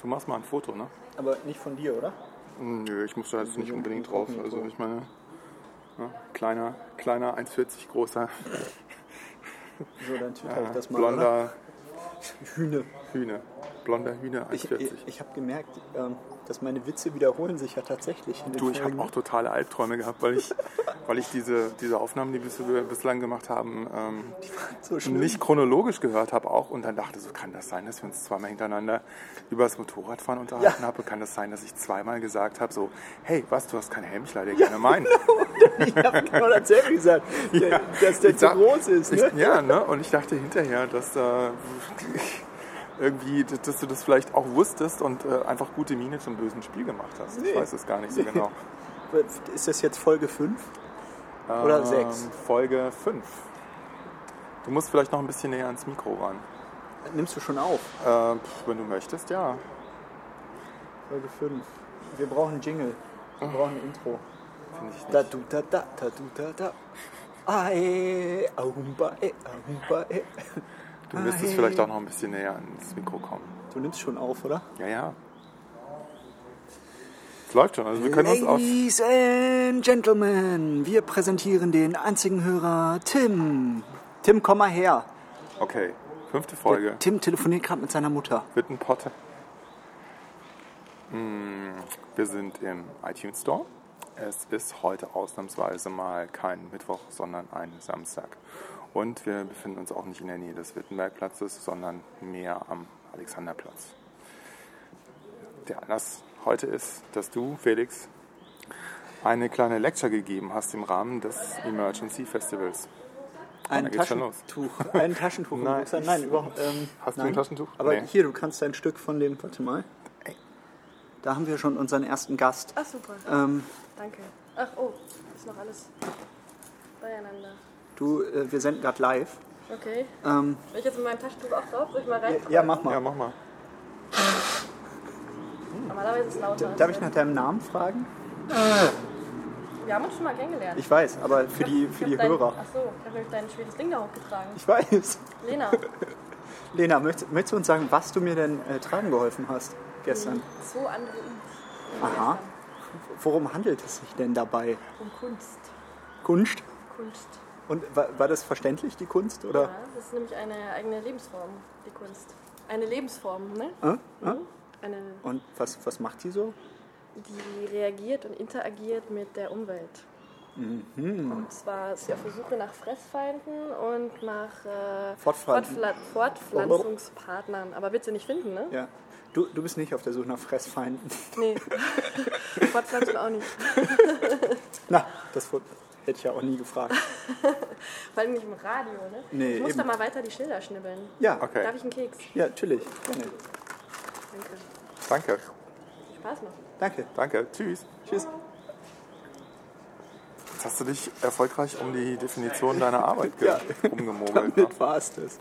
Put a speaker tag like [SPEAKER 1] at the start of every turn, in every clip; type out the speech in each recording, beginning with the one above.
[SPEAKER 1] Du machst mal ein Foto, ne?
[SPEAKER 2] Aber nicht von dir, oder?
[SPEAKER 1] Hm, Nö, ich muss da jetzt nicht
[SPEAKER 2] so
[SPEAKER 1] unbedingt
[SPEAKER 2] ein
[SPEAKER 1] drauf.
[SPEAKER 2] Inkognito.
[SPEAKER 1] Also ich meine, ne? kleiner, kleiner 1,40 großer,
[SPEAKER 2] So, dann twitter ich das mal. Oder?
[SPEAKER 1] blonder
[SPEAKER 2] Hühne.
[SPEAKER 1] Hühner. Blonder Hühner
[SPEAKER 2] Ich,
[SPEAKER 1] 1,40.
[SPEAKER 2] ich, ich habe gemerkt, ähm, dass meine Witze wiederholen sich ja tatsächlich. in den
[SPEAKER 1] Du, ich habe
[SPEAKER 2] Folgen.
[SPEAKER 1] auch totale Albträume gehabt, weil ich, weil ich diese, diese Aufnahmen, die bis- wir bislang gemacht haben, ähm,
[SPEAKER 2] so schlimm.
[SPEAKER 1] nicht chronologisch gehört habe auch und dann dachte so, kann das sein, dass wir uns zweimal hintereinander über das Motorradfahren unterhalten
[SPEAKER 2] Ja.
[SPEAKER 1] haben? Kann das sein, dass ich zweimal gesagt habe, so, hey, was, du hast keinen Helm, ich leide dir gerne meinen.
[SPEAKER 2] Ich habe genau dasselbe gesagt, der- dass der
[SPEAKER 1] Ich
[SPEAKER 2] zu
[SPEAKER 1] sag-
[SPEAKER 2] groß ist. Ne?
[SPEAKER 1] Ich, ja, ne? Und ich dachte hinterher, dass da irgendwie, dass du das vielleicht auch wusstest und äh, einfach gute Miene zum bösen Spiel gemacht hast. Ich
[SPEAKER 2] Nee.
[SPEAKER 1] weiß es gar nicht so
[SPEAKER 2] Nee.
[SPEAKER 1] genau.
[SPEAKER 2] Ist das jetzt Folge 5? Oder
[SPEAKER 1] Ähm,
[SPEAKER 2] sechs.
[SPEAKER 1] Folge 5. Du musst vielleicht noch ein bisschen näher ans Mikro ran.
[SPEAKER 2] Nimmst du schon auf?
[SPEAKER 1] Äh, pf, wenn du möchtest, ja.
[SPEAKER 2] Folge 5. Wir brauchen einen Jingle. Wir brauchen ein Intro.
[SPEAKER 1] Finde ich nicht.
[SPEAKER 2] Da du da da da du da da. Ae, aumba, e, aumba, e.
[SPEAKER 1] Du müsstest
[SPEAKER 2] Ei.
[SPEAKER 1] vielleicht auch noch ein bisschen näher ans Mikro kommen.
[SPEAKER 2] Du nimmst schon auf, oder?
[SPEAKER 1] Ja, ja. Es läuft schon. Also wir können uns auf.
[SPEAKER 2] Ladies and Gentlemen, wir präsentieren den einzigen Hörer Tim. Tim, komm mal her.
[SPEAKER 1] Okay, fünfte Folge.
[SPEAKER 2] Tim telefoniert gerade mit seiner Mutter.
[SPEAKER 1] Wird ein Potte. Hm, Wir sind im iTunes Store. Es ist heute ausnahmsweise mal kein Mittwoch, sondern ein Samstag. Und wir befinden uns auch nicht in der Nähe des Wittenbergplatzes, sondern mehr am Alexanderplatz. Der Anlass heute ist, dass du, Felix, eine kleine Lecture gegeben hast im Rahmen des Emergency Festivals.
[SPEAKER 2] Ein
[SPEAKER 1] da geht's schon los.
[SPEAKER 2] Taschentuch. Ein Taschentuch. im
[SPEAKER 1] Nein.
[SPEAKER 2] Rucksack. Nein, überhaupt. Ähm,
[SPEAKER 1] Hast du
[SPEAKER 2] nein.
[SPEAKER 1] ein Taschentuch?
[SPEAKER 2] Aber
[SPEAKER 1] Nee.
[SPEAKER 2] hier, du kannst ein Stück von dem. Warte mal.
[SPEAKER 1] Ey.
[SPEAKER 2] Da haben wir schon unseren ersten Gast.
[SPEAKER 3] Ach super,
[SPEAKER 2] Ähm,
[SPEAKER 3] danke. Ach oh, ist noch alles beieinander.
[SPEAKER 2] du, äh, wir senden gerade live.
[SPEAKER 3] Okay.
[SPEAKER 2] Ähm,
[SPEAKER 3] Soll ich jetzt mit meinem Taschentuch auch drauf? Soll ich mal
[SPEAKER 2] ja,
[SPEAKER 3] rein?
[SPEAKER 2] ja, mach mal.
[SPEAKER 1] Ja, mach mal.
[SPEAKER 3] Normalerweise ist es lauter.
[SPEAKER 2] Darf ich nach deinem Namen fragen?
[SPEAKER 3] Wir haben uns schon mal kennengelernt.
[SPEAKER 2] Ich weiß, aber für die,
[SPEAKER 3] Ich
[SPEAKER 2] für
[SPEAKER 3] hab
[SPEAKER 2] die
[SPEAKER 3] dein,
[SPEAKER 2] Hörer.
[SPEAKER 3] Ach so, ich habe nämlich dein schweres Ding da hochgetragen.
[SPEAKER 2] Ich weiß.
[SPEAKER 3] Lena,
[SPEAKER 2] Lena, möchtest, möchtest du uns sagen, was du mir denn äh, tragen geholfen hast gestern?
[SPEAKER 3] so andere Uns.
[SPEAKER 2] Aha. Worum handelt es sich denn dabei?
[SPEAKER 3] Um Kunst.
[SPEAKER 2] Kunst?
[SPEAKER 3] Kunst.
[SPEAKER 2] Und war, war das verständlich, die Kunst? Oder?
[SPEAKER 3] Ja, das ist nämlich eine eigene Lebensform, die Kunst. Eine Lebensform, ne?
[SPEAKER 2] Äh? Äh?
[SPEAKER 3] Eine,
[SPEAKER 2] Und was, was macht die so?
[SPEAKER 3] die reagiert und interagiert mit der Umwelt.
[SPEAKER 2] Mhm.
[SPEAKER 3] Und zwar ist sie auf der Suche nach Fressfeinden und nach äh,
[SPEAKER 2] Fortpflanzen.
[SPEAKER 3] Fortpfla Fortpflanzungspartnern. Aber wird sie nicht finden, ne?
[SPEAKER 2] Ja. Du, du bist nicht auf der Suche nach Fressfeinden.
[SPEAKER 3] Nee. Fortpflanzen auch nicht.
[SPEAKER 2] Na, das wurde, hätte ich ja auch nie gefragt.
[SPEAKER 3] Vor allem nicht im Radio, ne?
[SPEAKER 2] Nee,
[SPEAKER 3] ich muss
[SPEAKER 2] eben.
[SPEAKER 3] da mal weiter die Schilder schnibbeln.
[SPEAKER 2] Ja,
[SPEAKER 1] Okay.
[SPEAKER 3] Darf ich einen Keks?
[SPEAKER 2] ja natürlich. Gerne.
[SPEAKER 3] Danke.
[SPEAKER 1] Danke.
[SPEAKER 3] Spaß machen.
[SPEAKER 2] Danke.
[SPEAKER 1] Danke. Tschüss.
[SPEAKER 2] Tschüss.
[SPEAKER 1] Jetzt hast du dich erfolgreich um die Definition deiner Arbeit ge-
[SPEAKER 2] Ja.
[SPEAKER 1] rumgemogelt. Ne?
[SPEAKER 2] Damit war es das.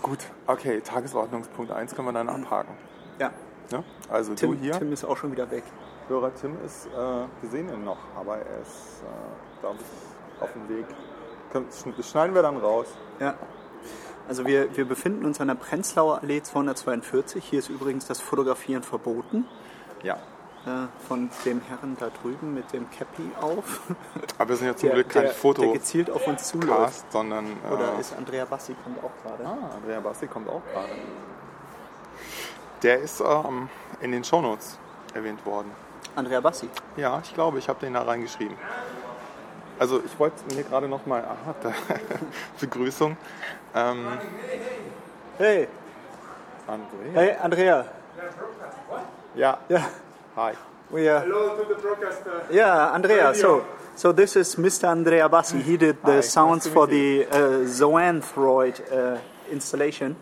[SPEAKER 1] Gut, okay, Tagesordnungspunkt 1 können wir dann abhaken.
[SPEAKER 2] Ja,
[SPEAKER 1] Ne? Also
[SPEAKER 2] Tim,
[SPEAKER 1] du hier,
[SPEAKER 2] Tim ist auch schon wieder weg.
[SPEAKER 1] Hörer Tim ist, äh, wir sehen ihn noch, aber er ist, äh, glaube ich, auf dem Weg. Komm, schn- Das schneiden wir dann raus.
[SPEAKER 2] Ja. Also wir, wir befinden uns an der Prenzlauer Allee 242. Hier ist übrigens das Fotografieren verboten.
[SPEAKER 1] Ja.
[SPEAKER 2] Äh, von dem Herrn da drüben mit dem Cappy auf.
[SPEAKER 1] Aber wir sind ja zum Glück kein
[SPEAKER 2] der, der
[SPEAKER 1] Fotocast,
[SPEAKER 2] gezielt auf uns zuläuft.
[SPEAKER 1] sondern äh,
[SPEAKER 2] Oder ist Andrea Bassi kommt auch gerade.
[SPEAKER 1] ah, Andrea Basti kommt auch gerade. Der ist ähm, in den Shownotes erwähnt worden.
[SPEAKER 2] Andrea Bassi.
[SPEAKER 1] Ja, ich glaube, ich habe den da reingeschrieben. Also ich wollte mir gerade nochmal, aha, da, Begrüßung. Ähm,
[SPEAKER 2] Hey,
[SPEAKER 1] Andrea.
[SPEAKER 2] hey Andrea.
[SPEAKER 1] Ja,
[SPEAKER 2] Ja,
[SPEAKER 1] hi.
[SPEAKER 2] we are.
[SPEAKER 4] Hello to the uh, broadcaster.
[SPEAKER 2] Yeah, Andrea.
[SPEAKER 4] How are you?
[SPEAKER 2] So, so this is Mr. Andrea Bassi. He did the
[SPEAKER 1] Hi, nice
[SPEAKER 2] sounds
[SPEAKER 1] to
[SPEAKER 2] for
[SPEAKER 1] meet
[SPEAKER 2] the uh, Zoanthroid uh, installation.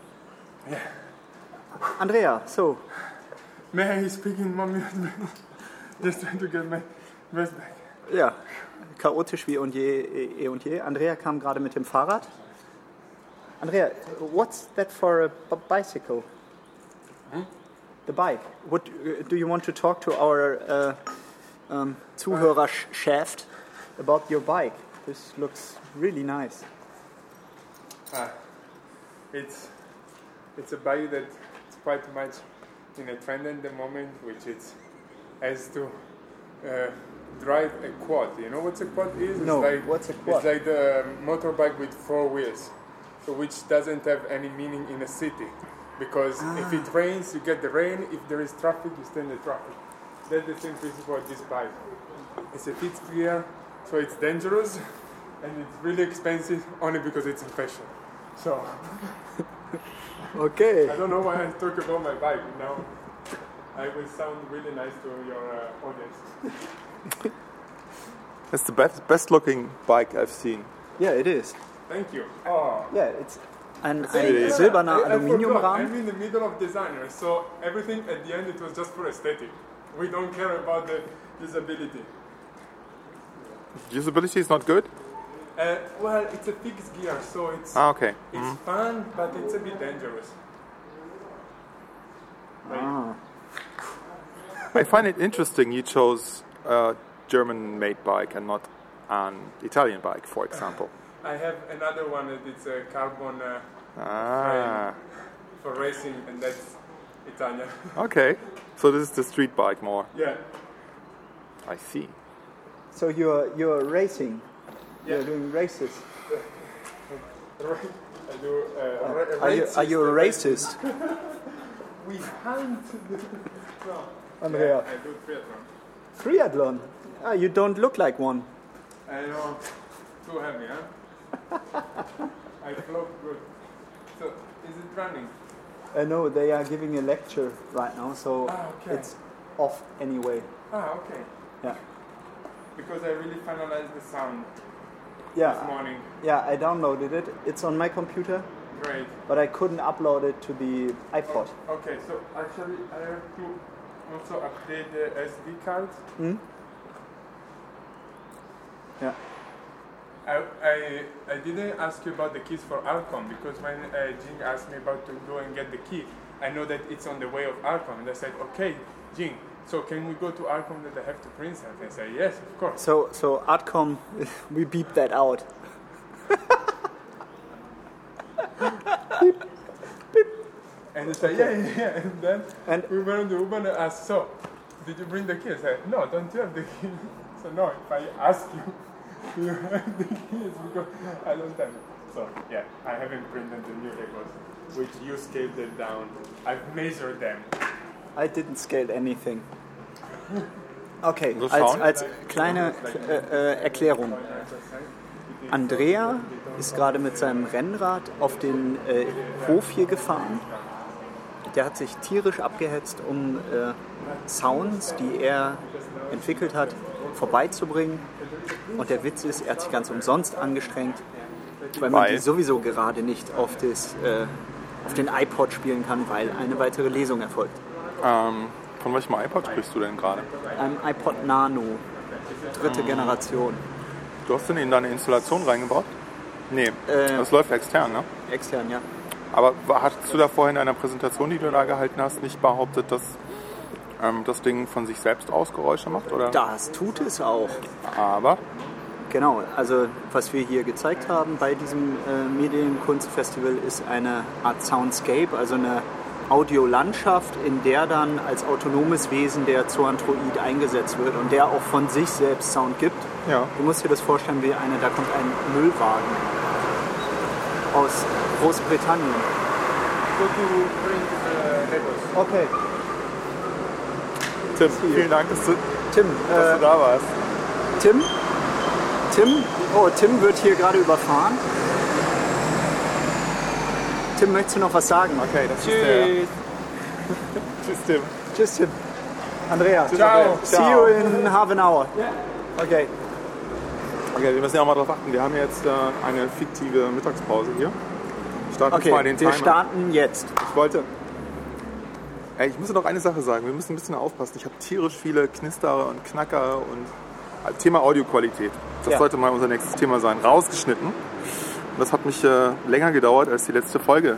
[SPEAKER 2] Andrea, so
[SPEAKER 4] May I speak in one minute? Just trying to get my voice back.
[SPEAKER 2] ja, chaotisch wie und je, eh eh und je. Andrea kam gerade mit dem Fahrrad. Andrea, what's that for a b- bicycle? The bike. What uh, do you want to talk to our uh, um, Zuhörerschaft about your bike? This looks really nice.
[SPEAKER 4] Ah, it's it's a bike that it's quite much in a trend at the moment, which is as to uh, drive a quad. You know what a quad is?
[SPEAKER 2] No,
[SPEAKER 4] it's like,
[SPEAKER 2] what's a quad?
[SPEAKER 4] It's like the motorbike with four wheels, so which doesn't have any meaning in a city, because if it
[SPEAKER 2] Ah.
[SPEAKER 4] rains, you get the rain. If there is traffic, you stay in the traffic. That's the same principle of this bike. It's a bit clear, so it's dangerous, and it's really expensive only because it's in fashion. So
[SPEAKER 2] Okay.
[SPEAKER 4] I don't know why I talk about my bike now. I will sound really nice to your uh, audience.
[SPEAKER 1] It's the best, best looking bike I've seen.
[SPEAKER 2] Yeah, it is.
[SPEAKER 4] Thank you. Oh.
[SPEAKER 2] Yeah, it's ein,
[SPEAKER 1] really
[SPEAKER 2] ein
[SPEAKER 1] is.
[SPEAKER 4] I-
[SPEAKER 2] silberner
[SPEAKER 4] I forgot. I'm
[SPEAKER 2] Aluminiumrahmen.
[SPEAKER 4] in the middle of designer, so everything at the end it was just for aesthetic. We don't care about the usability.
[SPEAKER 1] Usability is not good?
[SPEAKER 4] Uh, well, it's a fixed gear, so it's
[SPEAKER 1] Ah, okay.
[SPEAKER 4] it's fun, but it's a bit dangerous. Like,
[SPEAKER 1] I find it interesting you chose a German made bike and not an Italian bike, for example.
[SPEAKER 4] I have another one that it's a carbon uh,
[SPEAKER 1] Ah,
[SPEAKER 4] for racing, and that's Italian.
[SPEAKER 1] okay. So this is the street bike more.
[SPEAKER 4] yeah.
[SPEAKER 1] I see.
[SPEAKER 2] So you're you're racing.
[SPEAKER 4] Yeah.
[SPEAKER 2] You're doing races.
[SPEAKER 4] Right. I do, uh, ra-
[SPEAKER 2] Are you,
[SPEAKER 4] races,
[SPEAKER 2] are you a racist,
[SPEAKER 4] We can't do no.
[SPEAKER 2] Andrea?
[SPEAKER 4] I do triathlon.
[SPEAKER 2] Triathlon. Ah, you don't look like one.
[SPEAKER 4] I know. Too heavy, huh? I float good. So, is it running?
[SPEAKER 2] Uh, no, they are giving a lecture right now, so
[SPEAKER 4] Ah, okay.
[SPEAKER 2] it's off anyway.
[SPEAKER 4] Ah, okay.
[SPEAKER 2] Yeah.
[SPEAKER 4] Because I really finalized the sound this
[SPEAKER 2] Yeah,
[SPEAKER 4] morning.
[SPEAKER 2] yeah. I downloaded it. It's on my computer,
[SPEAKER 4] Great.
[SPEAKER 2] but I couldn't upload it to the iPod.
[SPEAKER 4] Okay, so actually, I have to also update the SD card.
[SPEAKER 2] Yeah.
[SPEAKER 4] I, I, I didn't ask you about the keys for Alcom because when uh, Jing asked me about to go and get the key, I know that it's on the way of Alcom. And I said, okay, Jing, so can we go to Alcom that I have to print something? I said, yes, of course.
[SPEAKER 2] So so Artcom, we beep that out.
[SPEAKER 4] And he said, yeah, yeah, yeah. And then
[SPEAKER 2] And
[SPEAKER 4] we were on the Uber and I asked, so, did you bring the key? I said, no, don't you have the key? So, no, if I ask you, you have the keys because I don't have it. So, yeah, I haven't printed the new labels, which you scaled them down. I've measured them.
[SPEAKER 2] I didn't scale anything. Okay,
[SPEAKER 1] So
[SPEAKER 2] als,
[SPEAKER 1] schauen.
[SPEAKER 2] als kleine äh, äh, Erklärung. Andrea ist gerade mit seinem Rennrad auf den äh, Hof hier gefahren. Der hat sich tierisch abgehetzt, um äh, Sounds, die er entwickelt hat, vorbeizubringen. Und der Witz ist, er hat sich ganz umsonst angestrengt, weil man
[SPEAKER 1] Weil?
[SPEAKER 2] die sowieso gerade nicht auf, das, äh, auf den iPod spielen kann, weil eine weitere Lesung erfolgt.
[SPEAKER 1] Ähm, von welchem iPod sprichst du denn gerade?
[SPEAKER 2] einem iPod Nano, dritte Generation,
[SPEAKER 1] Du hast den in deine Installation reingebaut? Nee,
[SPEAKER 2] Äh.
[SPEAKER 1] das läuft extern, ne?
[SPEAKER 2] extern, ja.
[SPEAKER 1] Aber wa- hattest du da vorhin in einer Präsentation, die du da gehalten hast, nicht behauptet, dass ähm, das Ding von sich selbst aus Geräusche macht? Oder?
[SPEAKER 2] Das tut es auch.
[SPEAKER 1] Aber
[SPEAKER 2] Genau, also was wir hier gezeigt haben bei diesem äh, Medienkunstfestival ist eine Art Soundscape, also eine Audiolandschaft, in der dann als autonomes Wesen der Zoanthroid eingesetzt wird und der auch von sich selbst Sound gibt.
[SPEAKER 1] Ja.
[SPEAKER 2] Du musst dir das vorstellen wie eine, da kommt ein Müllwagen aus Großbritannien.
[SPEAKER 4] So, to print the labels.
[SPEAKER 2] Okay,
[SPEAKER 1] Tim, Äh, vielen Dank, dass du,
[SPEAKER 2] Tim, äh,
[SPEAKER 1] dass du da warst.
[SPEAKER 2] Tim? Tim? Oh, Tim wird hier gerade überfahren. Tim, möchtest du noch was sagen?
[SPEAKER 1] Okay, das
[SPEAKER 2] Tschüss.
[SPEAKER 1] Tschüss, Tim.
[SPEAKER 2] Tschüss, Tim. Andrea.
[SPEAKER 1] Ciao.
[SPEAKER 2] See you in half an hour. Okay.
[SPEAKER 1] Okay, wir müssen ja auch mal drauf achten. Wir haben ja jetzt äh, eine fiktive Mittagspause hier. Starten wir mal den
[SPEAKER 2] Okay, wir
[SPEAKER 1] Timer.
[SPEAKER 2] starten jetzt.
[SPEAKER 1] Ich wollte. Ey, ich muss dir noch eine Sache sagen. Wir müssen ein bisschen aufpassen. Ich habe tierisch viele Knisterer und Knacker und halt Thema Audioqualität. Das
[SPEAKER 2] Ja.
[SPEAKER 1] sollte mal unser nächstes Thema sein. Rausgeschnitten. Und das hat mich äh, länger gedauert, als die letzte Folge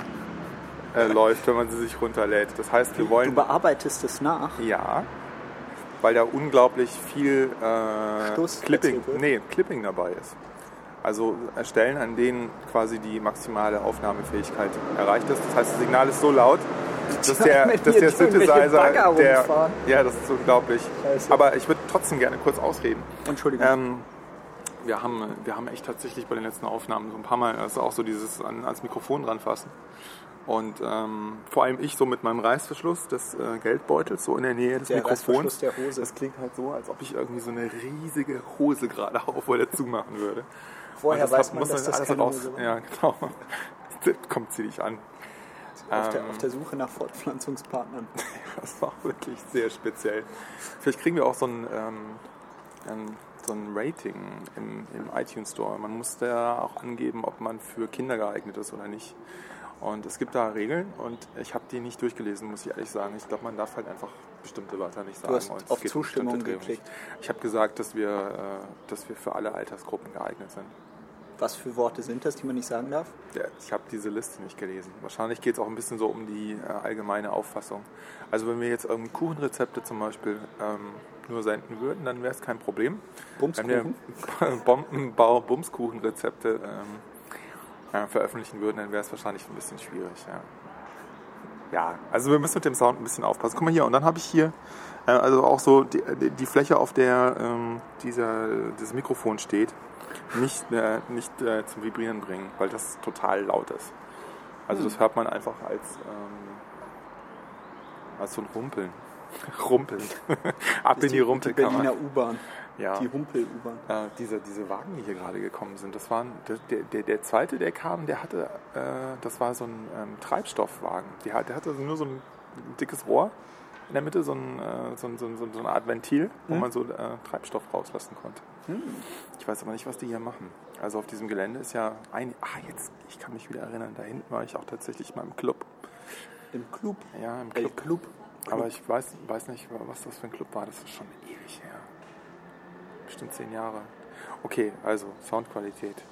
[SPEAKER 1] äh, läuft, wenn man sie sich runterlädt. Das heißt, wir
[SPEAKER 2] Du
[SPEAKER 1] wollen
[SPEAKER 2] bearbeitest es nach.
[SPEAKER 1] ja, weil da unglaublich viel äh,
[SPEAKER 2] Stoß
[SPEAKER 1] Clipping,
[SPEAKER 2] erzählt wird.
[SPEAKER 1] nee, Clipping dabei ist. Also äh, Stellen, an denen quasi die maximale Aufnahmefähigkeit erreicht ist. Das heißt, das Signal ist so laut, Das ist der,
[SPEAKER 2] Mit
[SPEAKER 1] das ist
[SPEAKER 2] mir
[SPEAKER 1] der
[SPEAKER 2] durch irgendwelche
[SPEAKER 1] Synthesizer,
[SPEAKER 2] Bagger
[SPEAKER 1] der.
[SPEAKER 2] rumfahren.
[SPEAKER 1] Ja, das ist unglaublich.
[SPEAKER 2] Scheiße.
[SPEAKER 1] Aber ich würde trotzdem gerne kurz ausreden.
[SPEAKER 2] Entschuldigung.
[SPEAKER 1] Ähm, wir, haben, wir haben echt tatsächlich bei den letzten Aufnahmen so ein paar Mal also auch so dieses an, ans Mikrofon ranfassen. Und ähm, vor allem ich so mit meinem Reißverschluss des äh, Geldbeutels so in der Nähe des
[SPEAKER 2] Der
[SPEAKER 1] Mikrofons.
[SPEAKER 2] Reißverschluss der Hose.
[SPEAKER 1] Das klingt halt so, als ob ich irgendwie so eine riesige Hose gerade auf oder zumachen würde.
[SPEAKER 2] Vorher
[SPEAKER 1] Und Also das
[SPEAKER 2] weiß
[SPEAKER 1] hat-
[SPEAKER 2] man,
[SPEAKER 1] muss
[SPEAKER 2] dass das
[SPEAKER 1] alles
[SPEAKER 2] keine
[SPEAKER 1] raus-
[SPEAKER 2] Hose war.
[SPEAKER 1] Ja, genau. Das kommt sie nicht an.
[SPEAKER 2] auf,
[SPEAKER 1] ähm.
[SPEAKER 2] der, auf der Suche nach Fortpflanzungspartnern.
[SPEAKER 1] Das war wirklich sehr speziell. Vielleicht kriegen wir auch so ein, ähm, ähm, so ein Rating im, im iTunes Store. Man muss da auch angeben, ob man für Kinder geeignet ist oder nicht. Und es gibt da Regeln und ich habe die nicht durchgelesen, muss ich ehrlich sagen. Ich glaube, man darf halt einfach bestimmte Wörter nicht sagen.
[SPEAKER 2] hast
[SPEAKER 1] und es
[SPEAKER 2] auf
[SPEAKER 1] geht um bestimmte
[SPEAKER 2] Zustimmung
[SPEAKER 1] Drehungen
[SPEAKER 2] geklickt.
[SPEAKER 1] nicht. Ich habe gesagt, dass wir, äh, dass wir für alle Altersgruppen geeignet sind.
[SPEAKER 2] Was für Worte sind das, die man nicht sagen darf?
[SPEAKER 1] Ja, ich habe diese Liste nicht gelesen. Wahrscheinlich geht es auch ein bisschen so um die äh, allgemeine Auffassung. Also wenn wir jetzt irgendwie Kuchenrezepte zum Beispiel ähm, nur senden würden, dann wäre es kein Problem.
[SPEAKER 2] Bumskuchen?
[SPEAKER 1] Wenn wir Bombenbau-Bumskuchenrezepte ähm, äh, veröffentlichen würden, dann wäre es wahrscheinlich ein bisschen schwierig. Ja. ja, also wir müssen mit dem Sound ein bisschen aufpassen. Guck mal hier, und dann habe ich hier äh, also auch so die, die- die Fläche, auf der ähm, dieser, das Mikrofon steht, nicht, äh, nicht äh, zum Vibrieren bringen, weil das total laut ist. Also das hört man einfach als, ähm, als so ein Rumpeln. Rumpeln. Ab in die
[SPEAKER 2] die
[SPEAKER 1] Rumpelkammer.
[SPEAKER 2] Berliner U-Bahn.
[SPEAKER 1] Ja.
[SPEAKER 2] Die Rumpel-U-Bahn.
[SPEAKER 1] Äh, diese, diese Wagen, die hier gerade gekommen sind, das waren der, der- der, der zweite, der kam, der hatte, äh, das war so ein ähm, Treibstoffwagen. Die, hat- der hatte nur so ein dickes Rohr in der Mitte, so, ein, äh, so, ein, so, ein, so eine Art Ventil, wo man so äh, Treibstoff rauslassen konnte. Ich weiß aber nicht, was die hier machen. Also auf diesem Gelände ist ja ein. Ah, jetzt, ich kann mich wieder erinnern, da hinten war ich auch tatsächlich mal im Club.
[SPEAKER 2] Im Club.
[SPEAKER 1] Ja, im
[SPEAKER 2] El
[SPEAKER 1] Club.
[SPEAKER 2] Club.
[SPEAKER 1] Aber ich weiß, weiß nicht, was das für ein Club war. Das ist schon ewig her. Bestimmt zehn Jahre. Okay, also Soundqualität.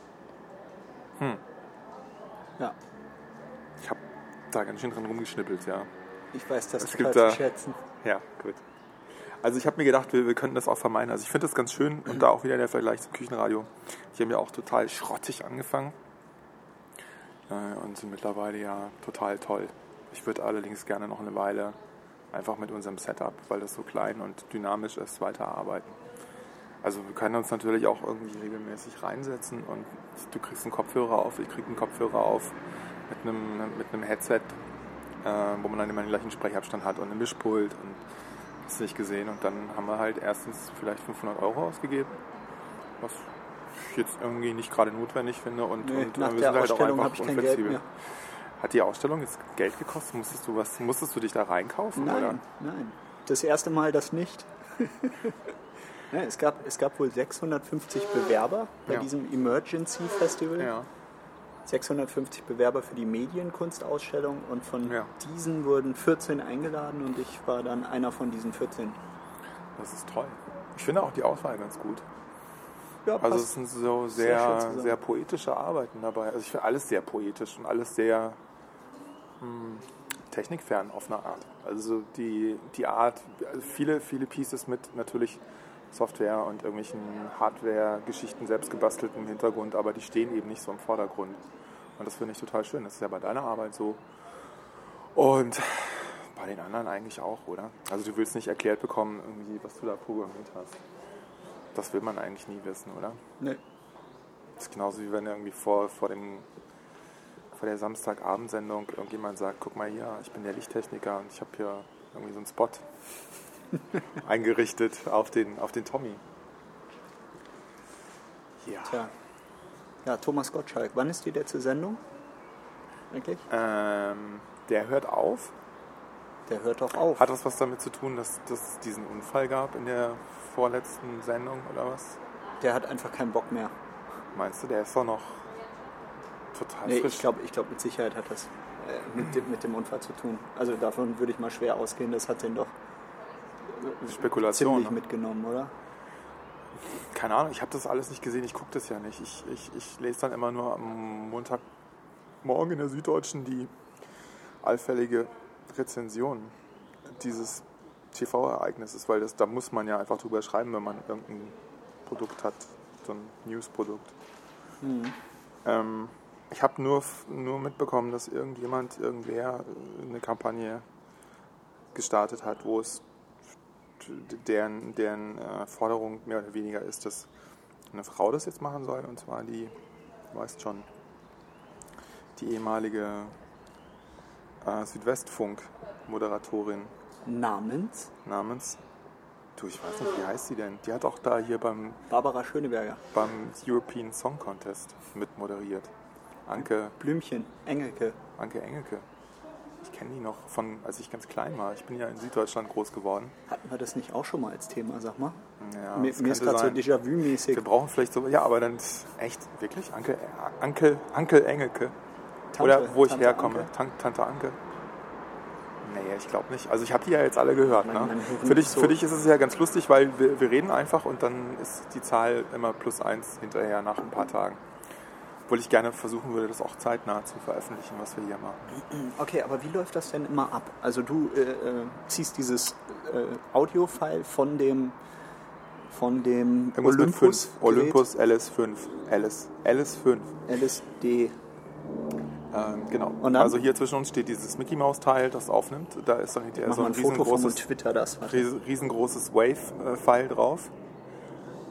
[SPEAKER 2] Ja.
[SPEAKER 1] Ich habe da ganz schön dran rumgeschnippelt, ja.
[SPEAKER 2] Ich weiß das
[SPEAKER 1] Es
[SPEAKER 2] total
[SPEAKER 1] gibt
[SPEAKER 2] zu
[SPEAKER 1] da-
[SPEAKER 2] schätzen.
[SPEAKER 1] Ja, gut. Also ich habe mir gedacht, wir, wir könnten das auch vermeiden. Also ich finde das ganz schön und da auch wieder der Vergleich zum Küchenradio. Die haben ja auch total schrottig angefangen äh, und sind mittlerweile ja total toll. Ich würde allerdings gerne noch eine Weile einfach mit unserem Setup, weil das so klein und dynamisch ist, weiterarbeiten. Also wir können uns natürlich auch irgendwie regelmäßig reinsetzen und du kriegst einen Kopfhörer auf, ich krieg einen Kopfhörer auf mit einem, mit einem Headset, äh, wo man dann immer den gleichen Sprechabstand hat und ein Mischpult und hast nicht gesehen. Und dann haben wir halt erstens vielleicht 500 Euro ausgegeben, was ich jetzt irgendwie nicht gerade notwendig finde und,
[SPEAKER 2] Nee,
[SPEAKER 1] und
[SPEAKER 2] nach
[SPEAKER 1] wir
[SPEAKER 2] der
[SPEAKER 1] sind halt auch
[SPEAKER 2] Ausstellung
[SPEAKER 1] einfach
[SPEAKER 2] hab ich kein Geld
[SPEAKER 1] unflexibel.
[SPEAKER 2] mehr.
[SPEAKER 1] Hat die Ausstellung jetzt Geld gekostet? Musstest du was? Musstest du dich da reinkaufen? Oder?
[SPEAKER 2] Nein, nein. Das erste Mal das nicht. ja, es, gab, es gab wohl 650 Bewerber bei
[SPEAKER 1] Ja.
[SPEAKER 2] diesem Emergency Festival.
[SPEAKER 1] Ja.
[SPEAKER 2] 650 Bewerber für die Medienkunstausstellung und von
[SPEAKER 1] Ja.
[SPEAKER 2] diesen wurden 14 eingeladen und ich war dann einer von diesen 14.
[SPEAKER 1] Das ist toll. Ich finde auch die Auswahl ganz gut.
[SPEAKER 2] Ja,
[SPEAKER 1] Also es
[SPEAKER 2] passt.
[SPEAKER 1] sind so
[SPEAKER 2] Sehr
[SPEAKER 1] sehr,
[SPEAKER 2] schön
[SPEAKER 1] sehr,
[SPEAKER 2] zusammen.
[SPEAKER 1] poetische Arbeiten dabei. Also ich finde alles sehr poetisch und alles sehr hm, technikfern auf eine Art. Also die, die Art, also viele, viele Pieces mit natürlich Software und irgendwelchen Hardware-Geschichten selbst gebastelt im Hintergrund, aber die stehen eben nicht so im Vordergrund. Und das finde ich total schön. Das ist ja bei deiner Arbeit so. Und bei den anderen eigentlich auch, oder? Also du willst nicht erklärt bekommen, irgendwie, was du da programmiert hast. Das will man eigentlich nie wissen, oder?
[SPEAKER 2] Nee.
[SPEAKER 1] Das ist genauso wie wenn irgendwie vor, vor, dem, vor der Samstagabendsendung irgendjemand sagt, guck mal hier, ich bin der Lichttechniker und ich habe hier irgendwie so einen Spot eingerichtet auf den, auf den Tommy. Ja.
[SPEAKER 2] Tja. Ja, Thomas Gottschalk, wann ist die letzte Sendung? Eigentlich?
[SPEAKER 1] Ähm, der hört auf.
[SPEAKER 2] Der hört doch auf.
[SPEAKER 1] Hat das was damit zu tun, dass dass es diesen Unfall gab in der vorletzten Sendung oder was?
[SPEAKER 2] Der hat einfach keinen Bock mehr.
[SPEAKER 1] Meinst du, der ist doch noch total
[SPEAKER 2] Nee,
[SPEAKER 1] frisch?
[SPEAKER 2] ich glaube, ich glaub, mit Sicherheit hat das äh, mit, dem, mit dem Unfall zu tun. Also davon würde ich mal schwer ausgehen. Das hat den doch
[SPEAKER 1] Spekulation.
[SPEAKER 2] ziemlich
[SPEAKER 1] ne?
[SPEAKER 2] mitgenommen, oder?
[SPEAKER 1] Keine Ahnung, ich habe das alles nicht gesehen, ich gucke das ja nicht. Ich, ich, ich lese dann immer nur am Montagmorgen in der Süddeutschen die allfällige Rezension dieses TV-Ereignisses, weil das, da muss man ja einfach drüber schreiben, wenn man irgendein Produkt hat, so ein News-Produkt. Ähm, Ich habe nur, f- nur mitbekommen, dass irgendjemand, irgendwer äh, eine Kampagne gestartet hat, wo es deren, deren äh, Forderung mehr oder weniger ist, dass eine Frau das jetzt machen soll. Und zwar die, du weißt schon, die ehemalige äh, Südwestfunk-Moderatorin
[SPEAKER 2] Namens
[SPEAKER 1] namens, du, ich weiß nicht, wie heißt sie denn? Die hat auch da hier beim
[SPEAKER 2] Barbara Schöneberger.
[SPEAKER 1] beim European Song Contest mitmoderiert. Anke,
[SPEAKER 2] Blümchen, Engelke.
[SPEAKER 1] Anke Engelke. Ich kenne die noch von, als ich ganz klein war. Ich bin ja in Süddeutschland groß geworden.
[SPEAKER 2] Hatten wir das nicht auch schon mal als Thema, sag mal?
[SPEAKER 1] Ja,
[SPEAKER 2] mir
[SPEAKER 1] das
[SPEAKER 2] mir ist
[SPEAKER 1] könnte
[SPEAKER 2] gerade so
[SPEAKER 1] sein.
[SPEAKER 2] Déjà-vu-mäßig.
[SPEAKER 1] Wir brauchen vielleicht so, ja, aber dann echt, wirklich? Anke, Anke, Anke Engelke.
[SPEAKER 2] Tante,
[SPEAKER 1] Oder wo ich
[SPEAKER 2] Tante
[SPEAKER 1] herkomme.
[SPEAKER 2] Anke.
[SPEAKER 1] Tan Tante Anke. Nee, ich glaube nicht. Also ich habe die ja jetzt alle gehört.
[SPEAKER 2] Nein,
[SPEAKER 1] Ne?
[SPEAKER 2] nein, wir sind
[SPEAKER 1] Für, dich,
[SPEAKER 2] so-
[SPEAKER 1] für dich ist es ja ganz lustig, weil wir, wir reden einfach und dann ist die Zahl immer plus eins hinterher nach ein paar Tagen. Obwohl ich gerne versuchen würde, das auch zeitnah zu veröffentlichen, was wir hier machen.
[SPEAKER 2] Okay, aber wie läuft das denn immer ab? Also du äh, äh, ziehst dieses äh, Audio-File von dem von dem
[SPEAKER 1] Irgendwas mit
[SPEAKER 2] Olympus
[SPEAKER 1] fünf. Olympus LS5. LS, LS5.
[SPEAKER 2] LSD.
[SPEAKER 1] Ähm, genau.
[SPEAKER 2] Und dann?
[SPEAKER 1] Also hier zwischen uns steht dieses Mickey Mouse Teil, das aufnimmt. Da ist dann hinterher
[SPEAKER 2] Mach
[SPEAKER 1] so
[SPEAKER 2] mal
[SPEAKER 1] ein
[SPEAKER 2] ein Foto von und
[SPEAKER 1] riesengroßes
[SPEAKER 2] Twitter das. Warte.
[SPEAKER 1] ries- riesengroßes Wave-File drauf.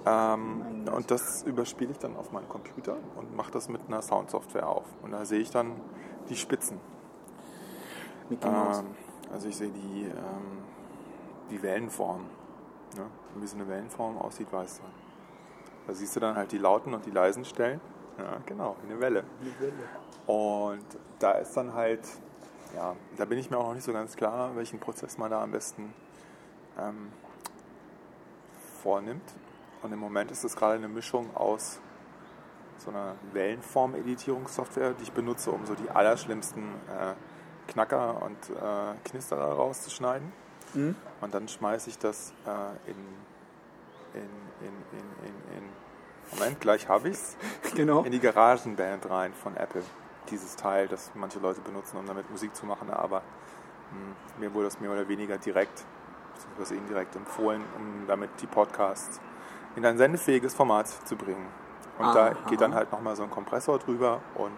[SPEAKER 1] Ähm, und das überspiele ich dann auf meinen Computer und mache das mit einer Soundsoftware auf. Und da sehe ich dann die Spitzen.
[SPEAKER 2] Mickey Mouse.
[SPEAKER 1] Ähm, also ich sehe die, ähm, die Wellenform. Ne? Und Wie so eine Wellenform aussieht, weißt du. Da siehst du dann halt die lauten und die leisen Stellen. Ja, genau, wie eine Welle. Und da ist dann halt, ja, da bin ich mir auch noch nicht so ganz klar, welchen Prozess man da am besten ähm, vornimmt. Und im Moment ist es gerade eine Mischung aus so einer Wellenform-Editierungssoftware, die ich benutze, um so die allerschlimmsten äh, Knacker und äh, Knisterer rauszuschneiden. Und dann schmeiße ich das äh, in, in, in, in, in, in. Moment, gleich habe ich's.
[SPEAKER 2] Genau.
[SPEAKER 1] In die Garagenband rein von Apple. Dieses Teil, das manche Leute benutzen, um damit Musik zu machen, aber mh, mir wurde das mehr oder weniger direkt, beziehungsweise indirekt empfohlen, um damit die Podcasts in ein sendefähiges Format zu bringen. Und
[SPEAKER 2] Aha.
[SPEAKER 1] da geht dann halt nochmal so ein Kompressor drüber und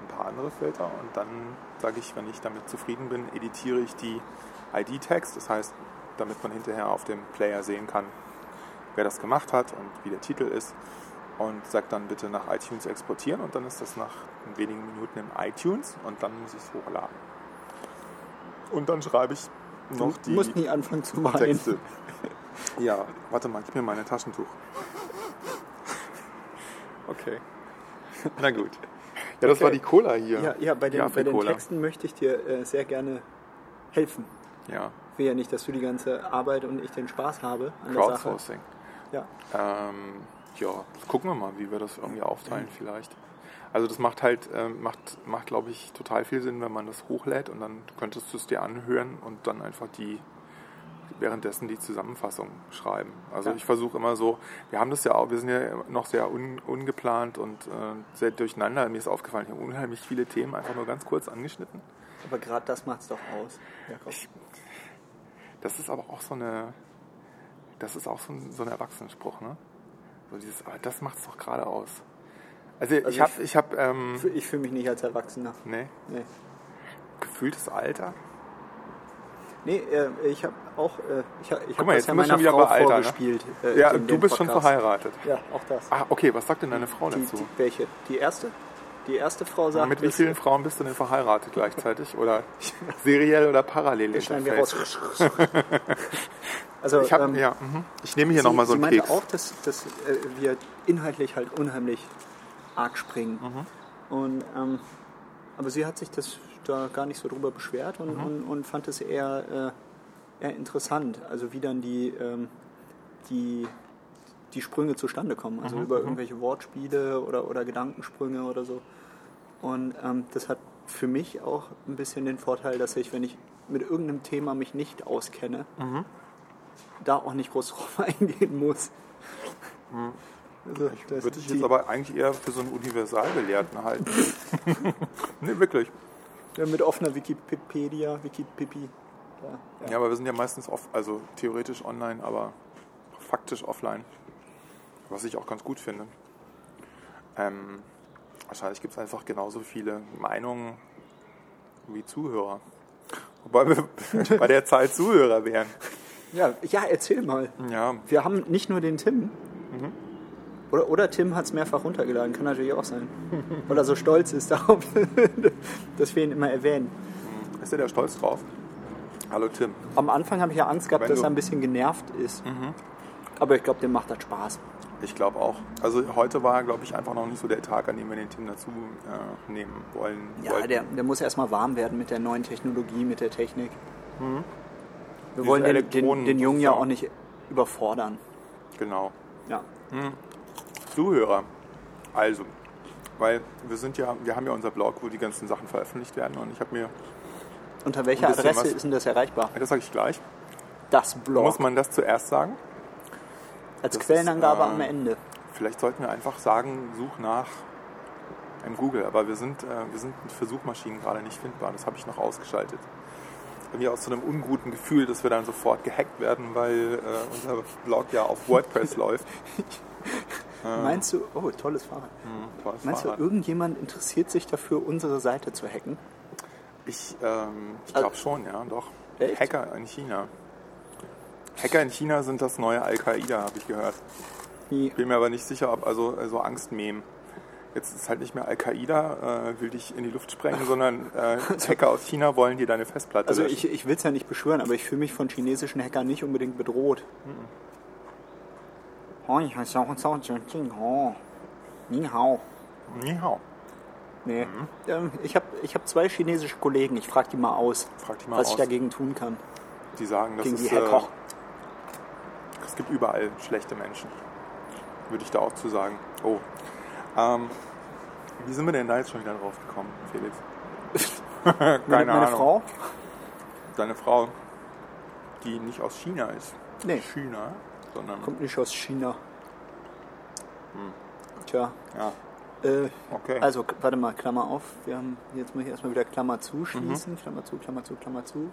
[SPEAKER 1] ein paar andere Filter und dann sage ich, wenn ich damit zufrieden bin, editiere ich die ID-Tags, das heißt, damit man hinterher auf dem Player sehen kann, wer das gemacht hat und wie der Titel ist und sage dann bitte nach iTunes exportieren und dann ist das nach wenigen Minuten im iTunes und dann muss ich es hochladen. Und dann schreibe ich
[SPEAKER 2] Du
[SPEAKER 1] noch die
[SPEAKER 2] musst nie anfangen zu weinen.
[SPEAKER 1] Texte. Ja, warte mal, gib mir mein Taschentuch. Okay. Na gut. Ja, das
[SPEAKER 2] Okay.
[SPEAKER 1] war die Cola hier.
[SPEAKER 2] Ja, ja,
[SPEAKER 1] die
[SPEAKER 2] bei den, bei den
[SPEAKER 1] Apfelcola.
[SPEAKER 2] Texten möchte ich dir äh, sehr gerne helfen.
[SPEAKER 1] Ja,
[SPEAKER 2] Ich will ja nicht, dass du die ganze Arbeit und ich den Spaß habe an der Sache.
[SPEAKER 1] Crowdsourcing.
[SPEAKER 2] Ja.
[SPEAKER 1] Ähm, ja, das gucken wir mal, wie wir das irgendwie aufteilen vielleicht. Also das macht halt, ähm, macht, macht glaube ich, total viel Sinn, wenn man das hochlädt und dann könntest du es dir anhören und dann einfach die währenddessen die Zusammenfassung schreiben. Also
[SPEAKER 2] Ja.
[SPEAKER 1] ich versuche immer so, wir haben das ja auch, wir sind ja noch sehr un, ungeplant und äh, sehr durcheinander. Mir ist aufgefallen, ich habe unheimlich viele Themen einfach nur ganz kurz angeschnitten.
[SPEAKER 2] Aber gerade das macht's doch aus. Jakob.
[SPEAKER 1] Das ist aber auch so eine. Das ist auch so ein, so ein Erwachsenenspruch, ne? So dieses, aber das macht's doch gerade aus. Also, ich
[SPEAKER 2] Also
[SPEAKER 1] habe, ich habe, ähm,
[SPEAKER 2] Ich fühle mich nicht als Erwachsener.
[SPEAKER 1] ne,
[SPEAKER 2] Nee.
[SPEAKER 1] gefühltes Alter.
[SPEAKER 2] Nee, äh, ich habe auch, äh, ich habe ich
[SPEAKER 1] Guck
[SPEAKER 2] hab
[SPEAKER 1] mal, jetzt
[SPEAKER 2] das ja
[SPEAKER 1] sind wir
[SPEAKER 2] meiner
[SPEAKER 1] schon wieder
[SPEAKER 2] Frau
[SPEAKER 1] bei Alter, ne?
[SPEAKER 2] vorgespielt. äh,
[SPEAKER 1] ja,
[SPEAKER 2] den-
[SPEAKER 1] du
[SPEAKER 2] den
[SPEAKER 1] bist schon
[SPEAKER 2] Podcast.
[SPEAKER 1] verheiratet.
[SPEAKER 2] Ja, auch das.
[SPEAKER 1] Ah, okay, was sagt denn deine Frau
[SPEAKER 2] die,
[SPEAKER 1] dazu?
[SPEAKER 2] die, äh, welche? Die erste? Die erste Frau sagt,
[SPEAKER 1] Mit wie
[SPEAKER 2] das-
[SPEAKER 1] vielen Frauen bist du denn verheiratet gleichzeitig? Oder seriell oder parallel?
[SPEAKER 2] das schneiden wir
[SPEAKER 1] Interface?
[SPEAKER 2] raus. also,
[SPEAKER 1] Ich, hab,
[SPEAKER 2] ähm,
[SPEAKER 1] ja, mhm. ich nehme hier
[SPEAKER 2] sie,
[SPEAKER 1] nochmal so
[SPEAKER 2] sie
[SPEAKER 1] einen
[SPEAKER 2] meinte
[SPEAKER 1] Keks.
[SPEAKER 2] auch, dass, dass äh, wir inhaltlich halt unheimlich arg springen.
[SPEAKER 1] Mhm.
[SPEAKER 2] Und, ähm, aber sie hat sich das da gar nicht so drüber beschwert und,
[SPEAKER 1] Mhm.
[SPEAKER 2] und, und fand es eher, äh, eher interessant. Also wie dann die, ähm, die, die Sprünge zustande kommen.
[SPEAKER 1] Mhm,
[SPEAKER 2] Also über irgendwelche Wortspiele oder, oder Gedankensprünge oder so. Und ähm, das hat für mich auch ein bisschen den Vorteil, dass ich, wenn ich mit irgendeinem Thema mich nicht auskenne,
[SPEAKER 1] Mhm.
[SPEAKER 2] da auch nicht groß drauf eingehen muss. Also, das-
[SPEAKER 1] Würde Mhm. ich
[SPEAKER 2] die-
[SPEAKER 1] jetzt aber eigentlich eher für so einen Universalgelehrten halten. nee, wirklich.
[SPEAKER 2] ja, mit offener Wikipedia, Wikipipi. Ja.
[SPEAKER 1] Ja, aber wir sind ja meistens off, also theoretisch online, aber faktisch offline. Was ich auch ganz gut finde. Ähm, Wahrscheinlich gibt es einfach genauso viele Meinungen wie Zuhörer. Wobei wir bei der Zeit Zuhörer wären.
[SPEAKER 2] Ja, ja, erzähl mal.
[SPEAKER 1] Ja,
[SPEAKER 2] Wir haben nicht nur den Tim.
[SPEAKER 1] Mhm.
[SPEAKER 2] Oder, oder Tim hat es mehrfach runtergeladen, kann natürlich auch sein. Weil er so stolz ist darauf, dass wir ihn immer erwähnen.
[SPEAKER 1] ist ja der stolz drauf. Hallo Tim.
[SPEAKER 2] Am Anfang habe ich ja Angst gehabt,
[SPEAKER 1] Wenn
[SPEAKER 2] dass
[SPEAKER 1] du- Mhm.
[SPEAKER 2] er ein bisschen genervt ist. Aber ich glaube, dem macht das Spaß.
[SPEAKER 1] Ich glaube auch. Also heute war, glaube ich, einfach noch nicht so der Tag, an dem wir den Tim dazu äh, nehmen wollen.
[SPEAKER 2] Ja,
[SPEAKER 1] wollten.
[SPEAKER 2] der, der muss erstmal warm werden mit der neuen Technologie, mit der Technik. Wir wollen den, den,
[SPEAKER 1] Mhm. Elektronen-
[SPEAKER 2] den Jungen ja
[SPEAKER 1] so.
[SPEAKER 2] auch nicht überfordern.
[SPEAKER 1] Genau.
[SPEAKER 2] Ja.
[SPEAKER 1] Zuhörer. Also, weil wir sind ja, wir haben ja unser Blog, wo die ganzen Sachen veröffentlicht werden und ich habe mir,
[SPEAKER 2] Unter welcher
[SPEAKER 1] Ein bisschen
[SPEAKER 2] Adresse
[SPEAKER 1] was-
[SPEAKER 2] ist denn das erreichbar?
[SPEAKER 1] das sage ich gleich,
[SPEAKER 2] Das
[SPEAKER 1] muss
[SPEAKER 2] Blog.
[SPEAKER 1] man das zuerst sagen?
[SPEAKER 2] Als
[SPEAKER 1] das
[SPEAKER 2] Quellenangabe
[SPEAKER 1] ist, äh,
[SPEAKER 2] am Ende.
[SPEAKER 1] Vielleicht sollten wir einfach sagen, such nach im Google, aber wir sind, äh, wir sind mit Versuchmaschinen gerade nicht findbar, das habe ich noch ausgeschaltet. Irgendwie aus so einem unguten Gefühl, dass wir dann sofort gehackt werden, weil äh, unser Blog ja auf WordPress läuft.
[SPEAKER 2] Meinst du, oh, tolles Fahrrad.
[SPEAKER 1] Hm, tolles
[SPEAKER 2] Meinst du,
[SPEAKER 1] Fahrrad.
[SPEAKER 2] irgendjemand interessiert sich dafür, unsere Seite zu hacken?
[SPEAKER 1] Ich, ähm, ich glaube
[SPEAKER 2] Also-
[SPEAKER 1] schon, ja, doch.
[SPEAKER 2] Echt?
[SPEAKER 1] Hacker in China. Hacker in China sind das neue Al-Qaida, habe ich gehört.
[SPEAKER 2] Wie?
[SPEAKER 1] Bin mir aber nicht sicher, ob also, also Angstmeme. Jetzt ist halt nicht mehr Al-Qaida, äh, will dich in die Luft sprengen, sondern äh, Hacker aus China wollen dir deine Festplatte
[SPEAKER 2] Also
[SPEAKER 1] löschen.
[SPEAKER 2] ich, ich will es ja nicht beschwören, aber ich fühle mich von chinesischen Hackern nicht unbedingt bedroht.
[SPEAKER 1] Mhm.
[SPEAKER 2] Oh, ich heiße auch Zhao Zhengjing. Oh. Ni hao.
[SPEAKER 1] Ni hao.
[SPEAKER 2] Nee.
[SPEAKER 1] Mhm.
[SPEAKER 2] Ähm, ich habe ich hab zwei chinesische Kollegen. Ich frage die mal aus,
[SPEAKER 1] Frag die mal
[SPEAKER 2] was ich
[SPEAKER 1] aus.
[SPEAKER 2] dagegen tun kann.
[SPEAKER 1] Die sagen, das
[SPEAKER 2] gegen
[SPEAKER 1] ist, äh,
[SPEAKER 2] die Hacker.
[SPEAKER 1] es gibt überall schlechte Menschen. Würde ich da auch zu sagen. Oh. Ähm, wie sind wir denn da jetzt schon wieder drauf gekommen, Felix? Keine
[SPEAKER 2] meine, meine
[SPEAKER 1] Ahnung.
[SPEAKER 2] Frau?
[SPEAKER 1] Seine Frau, die nicht aus China ist.
[SPEAKER 2] Nee.
[SPEAKER 1] China, sondern.
[SPEAKER 2] Kommt nicht aus China.
[SPEAKER 1] Hm.
[SPEAKER 2] Tja.
[SPEAKER 1] Ja,
[SPEAKER 2] Äh,
[SPEAKER 1] okay.
[SPEAKER 2] Also, k- warte mal, Klammer auf. Wir haben, jetzt muss ich erstmal wieder Klammer zuschließen.
[SPEAKER 1] Mhm.
[SPEAKER 2] Klammer zu, Klammer zu, Klammer zu.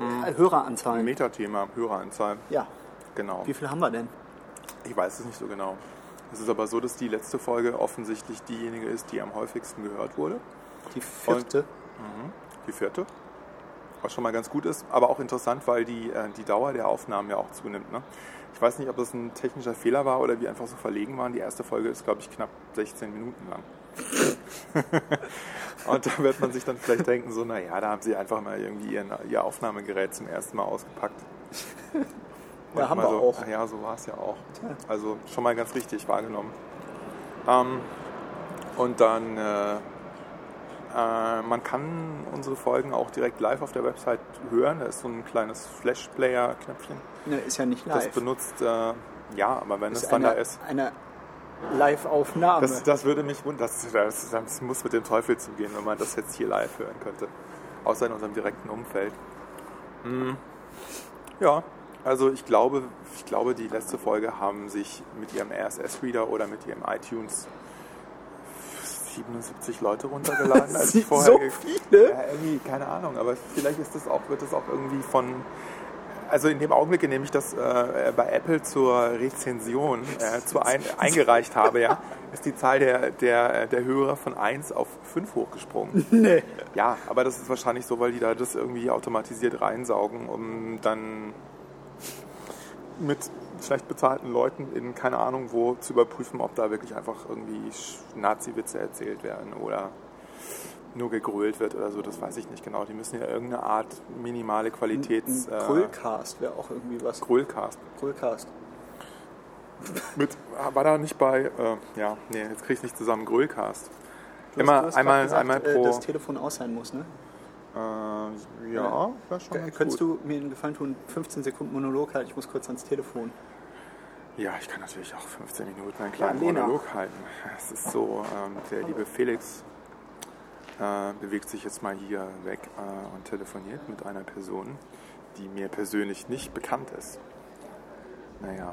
[SPEAKER 2] Äh, Höreranzahlen.
[SPEAKER 1] Metathema, Höreranzahl.
[SPEAKER 2] ja.
[SPEAKER 1] Genau.
[SPEAKER 2] Wie viel haben wir denn?
[SPEAKER 1] Ich weiß es nicht so genau. Es ist aber so, dass die letzte Folge offensichtlich diejenige ist, die am häufigsten gehört wurde.
[SPEAKER 2] Die vierte.
[SPEAKER 1] Die vierte. Was schon mal ganz gut ist, aber auch interessant, weil die, äh, die Dauer der Aufnahmen ja auch zunimmt. Ne? Ich weiß nicht, ob das ein technischer Fehler war oder wir einfach so verlegen waren. Die erste Folge ist, glaube ich, knapp 16 Minuten lang. Und da wird man sich dann vielleicht denken, so, naja, da haben sie einfach mal irgendwie ihren, ihr Aufnahmegerät zum ersten Mal ausgepackt.
[SPEAKER 2] Ja, haben
[SPEAKER 1] Mal
[SPEAKER 2] wir
[SPEAKER 1] so,
[SPEAKER 2] auch.
[SPEAKER 1] "Ah Ja, so war es ja auch. Also schon mal ganz richtig wahrgenommen. Ähm, und dann, äh, äh, man kann unsere Folgen auch direkt live auf der Website hören. Da ist so ein kleines Flash-Player-Knöpfchen.
[SPEAKER 2] Ne, ist ja nicht
[SPEAKER 1] Das
[SPEAKER 2] live.
[SPEAKER 1] benutzt, äh, ja, aber wenn es
[SPEAKER 2] ist
[SPEAKER 1] dann
[SPEAKER 2] eine,
[SPEAKER 1] da ist.
[SPEAKER 2] eine Live-Aufnahme.
[SPEAKER 1] Das, das würde mich wundern. Das, das, das muss mit dem Teufel zugehen, wenn man das jetzt hier live hören könnte. Außer in unserem direkten Umfeld. Hm. Ja, also ich glaube, ich glaube, die letzte Folge haben sich mit ihrem RSS-Reader oder mit ihrem iTunes 77 Leute runtergeladen. als
[SPEAKER 2] Sie-
[SPEAKER 1] ich vorher
[SPEAKER 2] so
[SPEAKER 1] ge-
[SPEAKER 2] viele?
[SPEAKER 1] Ja, irgendwie, keine Ahnung, aber vielleicht ist das auch, wird das auch irgendwie von also in dem Augenblick, in dem ich das äh, bei Apple zur Rezension äh, zu ein, eingereicht habe, ja, ist die Zahl der, der, der Hörer von 1 auf 5 hochgesprungen.
[SPEAKER 2] Nee.
[SPEAKER 1] Ja, aber das ist wahrscheinlich so, weil die da das irgendwie automatisiert reinsaugen, um dann mit schlecht bezahlten Leuten in keine Ahnung wo zu überprüfen, ob da wirklich einfach irgendwie Sch- Nazi-Witze erzählt werden oder nur gegrölt wird oder so, das weiß ich nicht genau. Die müssen ja irgendeine Art minimale Qualitäts... äh,
[SPEAKER 2] Krüllcast wäre auch irgendwie was.
[SPEAKER 1] Grillcast.
[SPEAKER 2] Krüllcast.
[SPEAKER 1] Mit, ah, war da nicht bei, äh, ja, nee, jetzt krieg ich's nicht zusammen, Grillcast.
[SPEAKER 2] Du
[SPEAKER 1] Immer
[SPEAKER 2] hast- du hast
[SPEAKER 1] einmal-
[SPEAKER 2] grad gesagt,
[SPEAKER 1] einmal
[SPEAKER 2] äh,
[SPEAKER 1] pro-
[SPEAKER 2] Dass Telefon aus sein muss, ne?
[SPEAKER 1] Äh, ja, war schon ganz
[SPEAKER 2] Könntest
[SPEAKER 1] gut.
[SPEAKER 2] du mir einen Gefallen tun? 15 Sekunden Monolog halten. Ich muss kurz ans Telefon.
[SPEAKER 1] Ja, ich kann natürlich auch 15 Minuten einen kleinen
[SPEAKER 2] Lena.
[SPEAKER 1] Monolog halten. Es ist so, ähm, der liebe Felix äh, bewegt sich jetzt mal hier weg äh, und telefoniert mit einer Person, die mir persönlich nicht bekannt ist. Naja,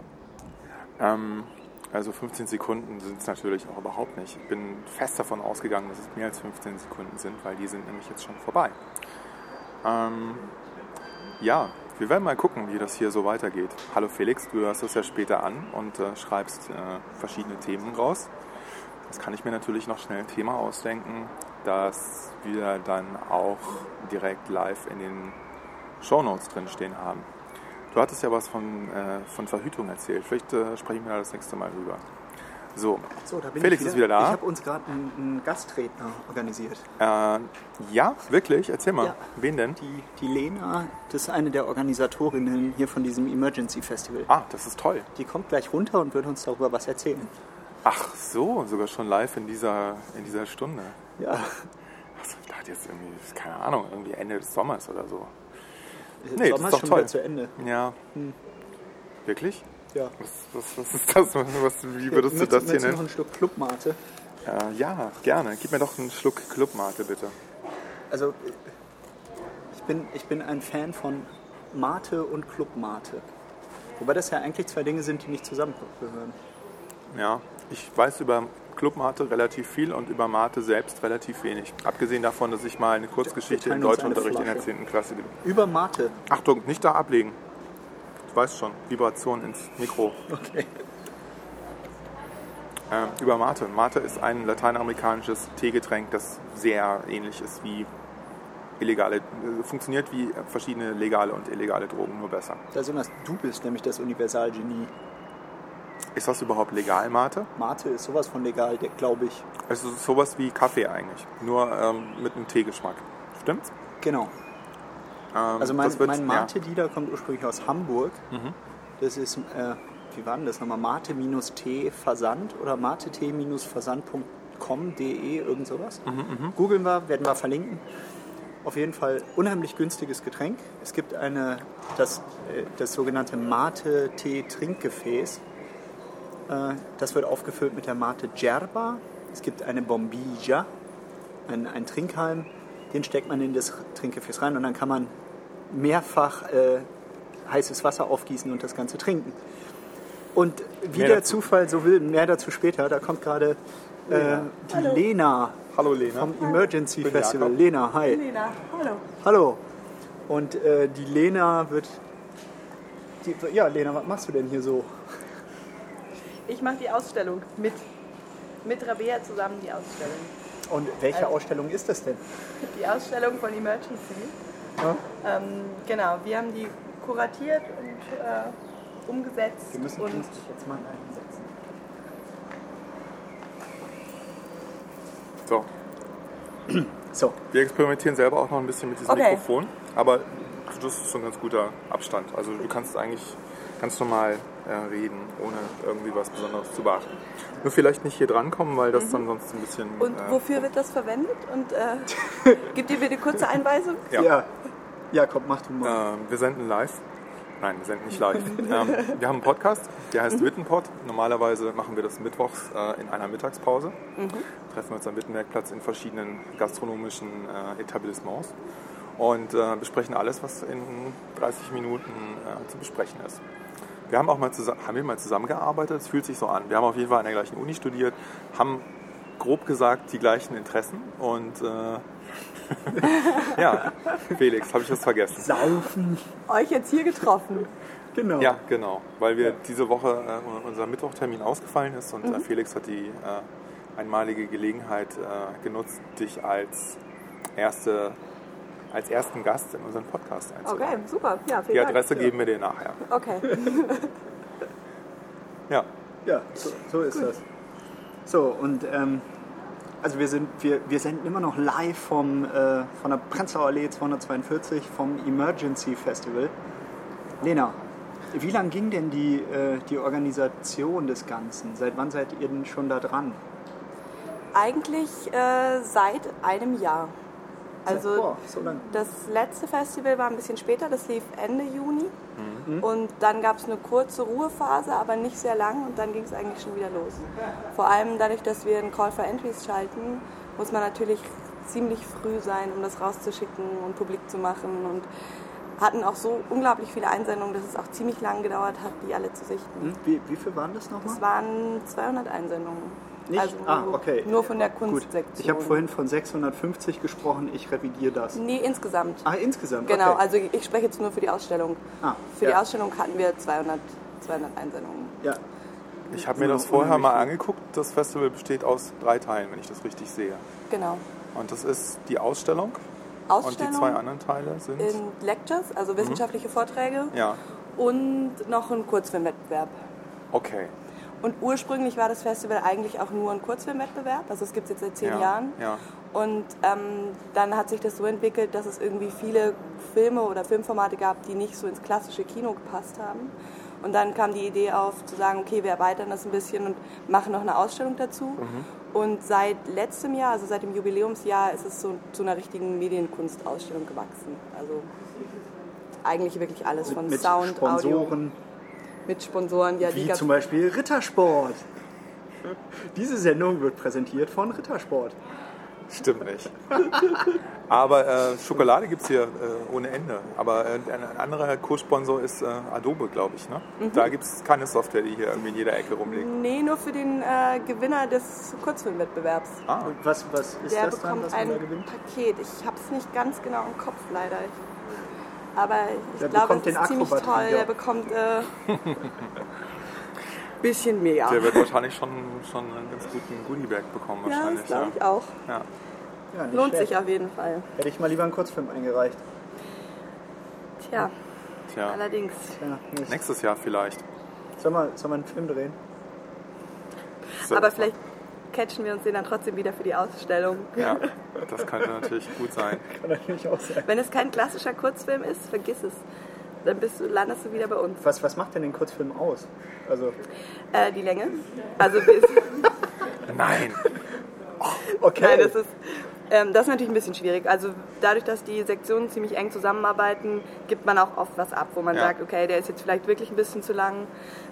[SPEAKER 1] ähm, also 15 Sekunden sind es natürlich auch überhaupt nicht. Ich bin fest davon ausgegangen, dass es mehr als 15 Sekunden sind, weil die sind nämlich jetzt schon vorbei. Ähm, ja, wir werden mal gucken, wie das hier so weitergeht. Hallo Felix, du hörst das ja später an und äh, schreibst äh, verschiedene Themen raus. Das kann ich mir natürlich noch schnell ein Thema ausdenken, das wir dann auch direkt live in den Shownotes drinstehen haben. Du hattest ja was von, äh, von Verhütung erzählt. Vielleicht äh, sprechen wir da das nächste Mal rüber. So,
[SPEAKER 2] So, da bin
[SPEAKER 1] Felix
[SPEAKER 2] ich
[SPEAKER 1] ist wieder da.
[SPEAKER 2] Ich habe uns gerade einen, einen Gastredner organisiert.
[SPEAKER 1] äh, ja, wirklich? Erzähl mal.
[SPEAKER 2] Ja.
[SPEAKER 1] Wen denn?
[SPEAKER 2] Die, die Lena, das ist eine der Organisatorinnen hier von diesem Emergency Festival.
[SPEAKER 1] Ah, das ist toll.
[SPEAKER 2] Die kommt gleich runter und wird uns darüber was erzählen.
[SPEAKER 1] Ach so, sogar schon live in dieser, in dieser Stunde.
[SPEAKER 2] Ja,
[SPEAKER 1] Also, ich dachte jetzt irgendwie, keine Ahnung, irgendwie Ende des Sommers oder so.
[SPEAKER 2] nee,
[SPEAKER 1] das
[SPEAKER 2] Sommer
[SPEAKER 1] ist
[SPEAKER 2] ist
[SPEAKER 1] doch
[SPEAKER 2] schon
[SPEAKER 1] toll.
[SPEAKER 2] wieder zu Ende.
[SPEAKER 1] Ja. Wirklich?
[SPEAKER 2] Ja.
[SPEAKER 1] Was, was, was ist das? Was, wie würdest du
[SPEAKER 2] Möchtest-
[SPEAKER 1] das hier
[SPEAKER 2] möchtest du noch
[SPEAKER 1] nennen?
[SPEAKER 2] einen Schluck Clubmate?
[SPEAKER 1] Äh, ja, gerne. Gib mir doch einen Schluck Clubmate, bitte.
[SPEAKER 2] Also, ich bin, ich bin ein Fan von Mate und Clubmate. Wobei das ja eigentlich zwei Dinge sind, die nicht zusammengehören.
[SPEAKER 1] Ja. Ich weiß über Clubmate relativ viel und über Mate selbst relativ wenig. Abgesehen davon, dass ich mal eine Kurzgeschichte
[SPEAKER 2] Wir
[SPEAKER 1] im
[SPEAKER 2] teilen uns eine
[SPEAKER 1] Deutschunterricht in der
[SPEAKER 2] Flasche.
[SPEAKER 1] 10. Klasse... ge-
[SPEAKER 2] Über Mate.
[SPEAKER 1] Achtung, nicht da ablegen. Du weißt schon, Vibration ins Mikro.
[SPEAKER 2] Okay.
[SPEAKER 1] Ähm, über Mate. Mate ist ein lateinamerikanisches Teegetränk, das sehr ähnlich ist wie illegale, äh, funktioniert wie verschiedene legale und illegale Drogen, nur besser.
[SPEAKER 2] Da sind wir. Du bist nämlich das Universalgenie.
[SPEAKER 1] Ist das überhaupt legal, Mate?
[SPEAKER 2] Mate ist sowas von legal, glaube ich.
[SPEAKER 1] Es ist sowas wie Kaffee eigentlich, nur ähm, mit einem Teegeschmack. Stimmt's?
[SPEAKER 2] Genau.
[SPEAKER 1] Ähm,
[SPEAKER 2] Also mein,
[SPEAKER 1] das wird's-
[SPEAKER 2] mein Mate-Dealer kommt ursprünglich aus Hamburg. Das ist, äh, wie war denn das nochmal? Mate-T-Versand oder mate-t-versand.com.de, E, irgend sowas. Googeln wir, werden wir verlinken. Auf jeden Fall unheimlich günstiges Getränk. Es gibt eine, das, äh, das sogenannte Mate-Tee-Trinkgefäß. Äh, das wird aufgefüllt mit der Mate Gerba. Es gibt eine Bombilla, ein, ein Trinkhalm. Den steckt man in das Trinkgefäß rein und dann kann man mehrfach äh, heißes Wasser aufgießen und das Ganze trinken. Und wie
[SPEAKER 1] Mehr
[SPEAKER 2] der
[SPEAKER 1] dazu.
[SPEAKER 2] Zufall so will, mehr dazu später, da kommt gerade äh, die Lena
[SPEAKER 1] Ja. Hallo Lena.
[SPEAKER 2] vom Emergency
[SPEAKER 1] Bin
[SPEAKER 2] Festival.
[SPEAKER 1] Jakob.
[SPEAKER 2] Lena, hi.
[SPEAKER 5] Lena, hallo.
[SPEAKER 2] Hallo. Und äh, die Lena wird. Die, ja, Lena, was machst du denn hier so?
[SPEAKER 5] Ich mache die Ausstellung mit. Mit Rabea zusammen die Ausstellung.
[SPEAKER 2] Und
[SPEAKER 5] Äh,
[SPEAKER 2] welche Ausstellung ist das denn?
[SPEAKER 5] Die Ausstellung von Emergency. Ähm, genau, wir haben die kuratiert und äh, umgesetzt.
[SPEAKER 2] Wir müssen
[SPEAKER 5] und
[SPEAKER 2] uns jetzt mal einsetzen.
[SPEAKER 1] So,
[SPEAKER 2] So,
[SPEAKER 1] wir experimentieren selber auch noch ein bisschen mit diesem
[SPEAKER 5] Okay.
[SPEAKER 1] Mikrofon, aber das ist so ein ganz guter Abstand. Also du kannst eigentlich ganz normal äh, reden, ohne irgendwie was Besonderes zu beachten. Nur vielleicht nicht hier drankommen, weil das dann sonst ein bisschen...
[SPEAKER 5] Mhm. und
[SPEAKER 1] äh,
[SPEAKER 5] wofür wird das verwendet? Und äh, gibt ihr mir eine kurze Einweisung?
[SPEAKER 1] Ja.
[SPEAKER 2] ja. Jakob, mach du mal.
[SPEAKER 1] Ähm, wir senden live. Nein, wir senden nicht live. ähm, wir haben einen Podcast, der heißt Wittenpod. Normalerweise machen wir das mittwochs äh, in einer Mittagspause. Treffen wir uns am Wittenbergplatz in verschiedenen gastronomischen äh, Etablissements und äh, besprechen alles, was in 30 Minuten äh, zu besprechen ist. Wir haben auch mal zusammen, haben wir mal zusammengearbeitet, es fühlt sich so an. Wir haben auf jeden Fall an der gleichen Uni studiert, haben grob gesagt die gleichen Interessen und äh, ja, Felix, habe ich das vergessen.
[SPEAKER 2] Saufen.
[SPEAKER 5] Euch jetzt hier getroffen.
[SPEAKER 2] Genau.
[SPEAKER 1] Ja, genau, weil wir diese Woche äh, unser Mittwochtermin ausgefallen ist und äh,
[SPEAKER 6] Mhm.
[SPEAKER 1] Felix hat die äh, einmalige Gelegenheit äh, genutzt, dich als erste als ersten Gast in unseren Podcast
[SPEAKER 5] Okay,
[SPEAKER 1] einzuladen.
[SPEAKER 5] super. Ja, vielen
[SPEAKER 1] Die
[SPEAKER 5] Dank.
[SPEAKER 1] Adresse geben wir dir nachher.
[SPEAKER 5] Okay.
[SPEAKER 1] Ja,
[SPEAKER 2] Ja, so, so ist das. So, und ähm, also wir, sind, wir, wir senden immer noch live vom, äh, von der Prenzlauer Allee 242 vom Emergency Festival. Lena, wie lang ging denn die, äh, die Organisation des Ganzen? Seit wann seid ihr denn schon da dran?
[SPEAKER 6] Eigentlich äh, seit einem Jahr. Also
[SPEAKER 2] Boah, so lang.
[SPEAKER 6] das letzte Festival war ein bisschen später, das lief Ende Juni.
[SPEAKER 2] Mhm.
[SPEAKER 6] Und dann gab es eine kurze Ruhephase, aber nicht sehr lang und dann ging es eigentlich schon wieder los. Vor allem dadurch, dass wir einen Call for Entries schalten, muss man natürlich ziemlich früh sein, um das rauszuschicken und publik zu machen und hatten auch so unglaublich viele Einsendungen, dass es auch ziemlich lang gedauert hat, die alle zu sichten.
[SPEAKER 2] Hm? Wie, wie viel waren das nochmal?
[SPEAKER 6] Es waren 200 Einsendungen.
[SPEAKER 2] Nicht?
[SPEAKER 6] Also
[SPEAKER 2] Ah, okay.
[SPEAKER 6] nur von der
[SPEAKER 2] Gut,
[SPEAKER 6] Kunstsektion.
[SPEAKER 2] ich habe vorhin von 650 gesprochen, ich revidiere das.
[SPEAKER 6] Nee, insgesamt.
[SPEAKER 2] Ah, insgesamt?
[SPEAKER 6] Hm. Genau,
[SPEAKER 2] okay.
[SPEAKER 6] also ich spreche jetzt nur für die Ausstellung.
[SPEAKER 2] Ah,
[SPEAKER 6] für
[SPEAKER 2] ja.
[SPEAKER 6] die Ausstellung hatten wir 200, 200 Einsendungen.
[SPEAKER 2] Ja,
[SPEAKER 1] Ich habe mir
[SPEAKER 6] Mhm.
[SPEAKER 1] das vorher mal angeguckt. Das Festival besteht aus drei Teilen, wenn ich das richtig sehe.
[SPEAKER 6] Genau.
[SPEAKER 1] Und das ist die Ausstellung. Und die
[SPEAKER 6] Ausstellung
[SPEAKER 1] zwei anderen Teile sind.
[SPEAKER 6] in Lectures, also wissenschaftliche Vorträge
[SPEAKER 1] Ja,
[SPEAKER 6] und noch ein Kurzfilmwettbewerb.
[SPEAKER 1] okay.
[SPEAKER 6] Und ursprünglich war das Festival eigentlich auch nur ein Kurzfilmwettbewerb, also es gibt es jetzt seit zehn
[SPEAKER 1] ja,
[SPEAKER 6] Jahren.
[SPEAKER 1] Ja.
[SPEAKER 6] Und ähm, dann hat sich das so entwickelt, dass es irgendwie viele Filme oder Filmformate gab, die nicht so ins klassische Kino gepasst haben. Und dann kam die Idee auf, zu sagen, okay, wir erweitern das ein bisschen und machen noch eine Ausstellung dazu.
[SPEAKER 2] Mhm.
[SPEAKER 6] Und seit letztem Jahr, also seit dem Jubiläumsjahr, ist es so, zu einer richtigen Medienkunstausstellung gewachsen. Also eigentlich wirklich alles von
[SPEAKER 2] mit
[SPEAKER 6] Sound, Audio,
[SPEAKER 2] Sponsoren,
[SPEAKER 6] mit Sponsoren. Ja, die
[SPEAKER 2] wie
[SPEAKER 6] gab's-
[SPEAKER 2] zum Beispiel Rittersport. Diese Sendung wird präsentiert von Rittersport.
[SPEAKER 1] Stimmt nicht. Aber äh, Schokolade gibt es hier äh, ohne Ende. Aber äh, ein, ein anderer Co-Sponsor ist äh, Adobe, glaube ich. Ne?
[SPEAKER 6] Mhm.
[SPEAKER 1] Da gibt es keine Software, die hier irgendwie in jeder Ecke rumliegt.
[SPEAKER 6] Nee, nur für den äh, Gewinner des Kurzfilmwettbewerbs.
[SPEAKER 1] Ah,
[SPEAKER 2] Und was, was ist
[SPEAKER 6] Der
[SPEAKER 2] das dann,
[SPEAKER 6] bekommt
[SPEAKER 2] was man
[SPEAKER 6] ein
[SPEAKER 2] da gewinnt?
[SPEAKER 6] Paket. Ich habe es nicht ganz genau im Kopf, leider. Aber ich
[SPEAKER 2] Der
[SPEAKER 6] glaube,
[SPEAKER 2] bekommt
[SPEAKER 6] es
[SPEAKER 2] den
[SPEAKER 6] ist ziemlich
[SPEAKER 2] Akrobat
[SPEAKER 6] toll.
[SPEAKER 2] wieder.
[SPEAKER 6] Der bekommt äh, bisschen mehr.
[SPEAKER 1] der wird wahrscheinlich schon, schon einen ganz guten Goodiebag bekommen.
[SPEAKER 6] ja, das
[SPEAKER 1] wahrscheinlich,
[SPEAKER 6] glaube ich auch.
[SPEAKER 1] ja.
[SPEAKER 2] Ja, nicht
[SPEAKER 6] Lohnt
[SPEAKER 2] schlecht.
[SPEAKER 6] sich auf jeden Fall.
[SPEAKER 2] Hätte ich mal lieber einen Kurzfilm eingereicht.
[SPEAKER 6] Tja,
[SPEAKER 1] Tja.
[SPEAKER 6] allerdings.
[SPEAKER 2] Ja, Mist.
[SPEAKER 1] Nächstes Jahr vielleicht.
[SPEAKER 2] Sollen wir, sollen wir einen Film drehen?
[SPEAKER 1] So.
[SPEAKER 6] Aber vielleicht catchen wir uns den dann trotzdem wieder für die Ausstellung.
[SPEAKER 1] Ja, das könnte natürlich gut sein.
[SPEAKER 2] Kann natürlich auch sein.
[SPEAKER 6] Wenn es kein klassischer Kurzfilm ist, vergiss es. Dann bist du, landest du wieder bei uns.
[SPEAKER 2] Was, was macht denn den Kurzfilm aus? Also,
[SPEAKER 6] Äh, die Länge. Also bis.
[SPEAKER 1] Nein,
[SPEAKER 2] okay.
[SPEAKER 6] Nein, das ist, ähm, das ist natürlich ein bisschen schwierig. Also dadurch, dass die Sektionen ziemlich eng zusammenarbeiten, gibt man auch oft was ab, wo man
[SPEAKER 1] Ja.
[SPEAKER 6] sagt, okay, der ist jetzt vielleicht wirklich ein bisschen zu lang,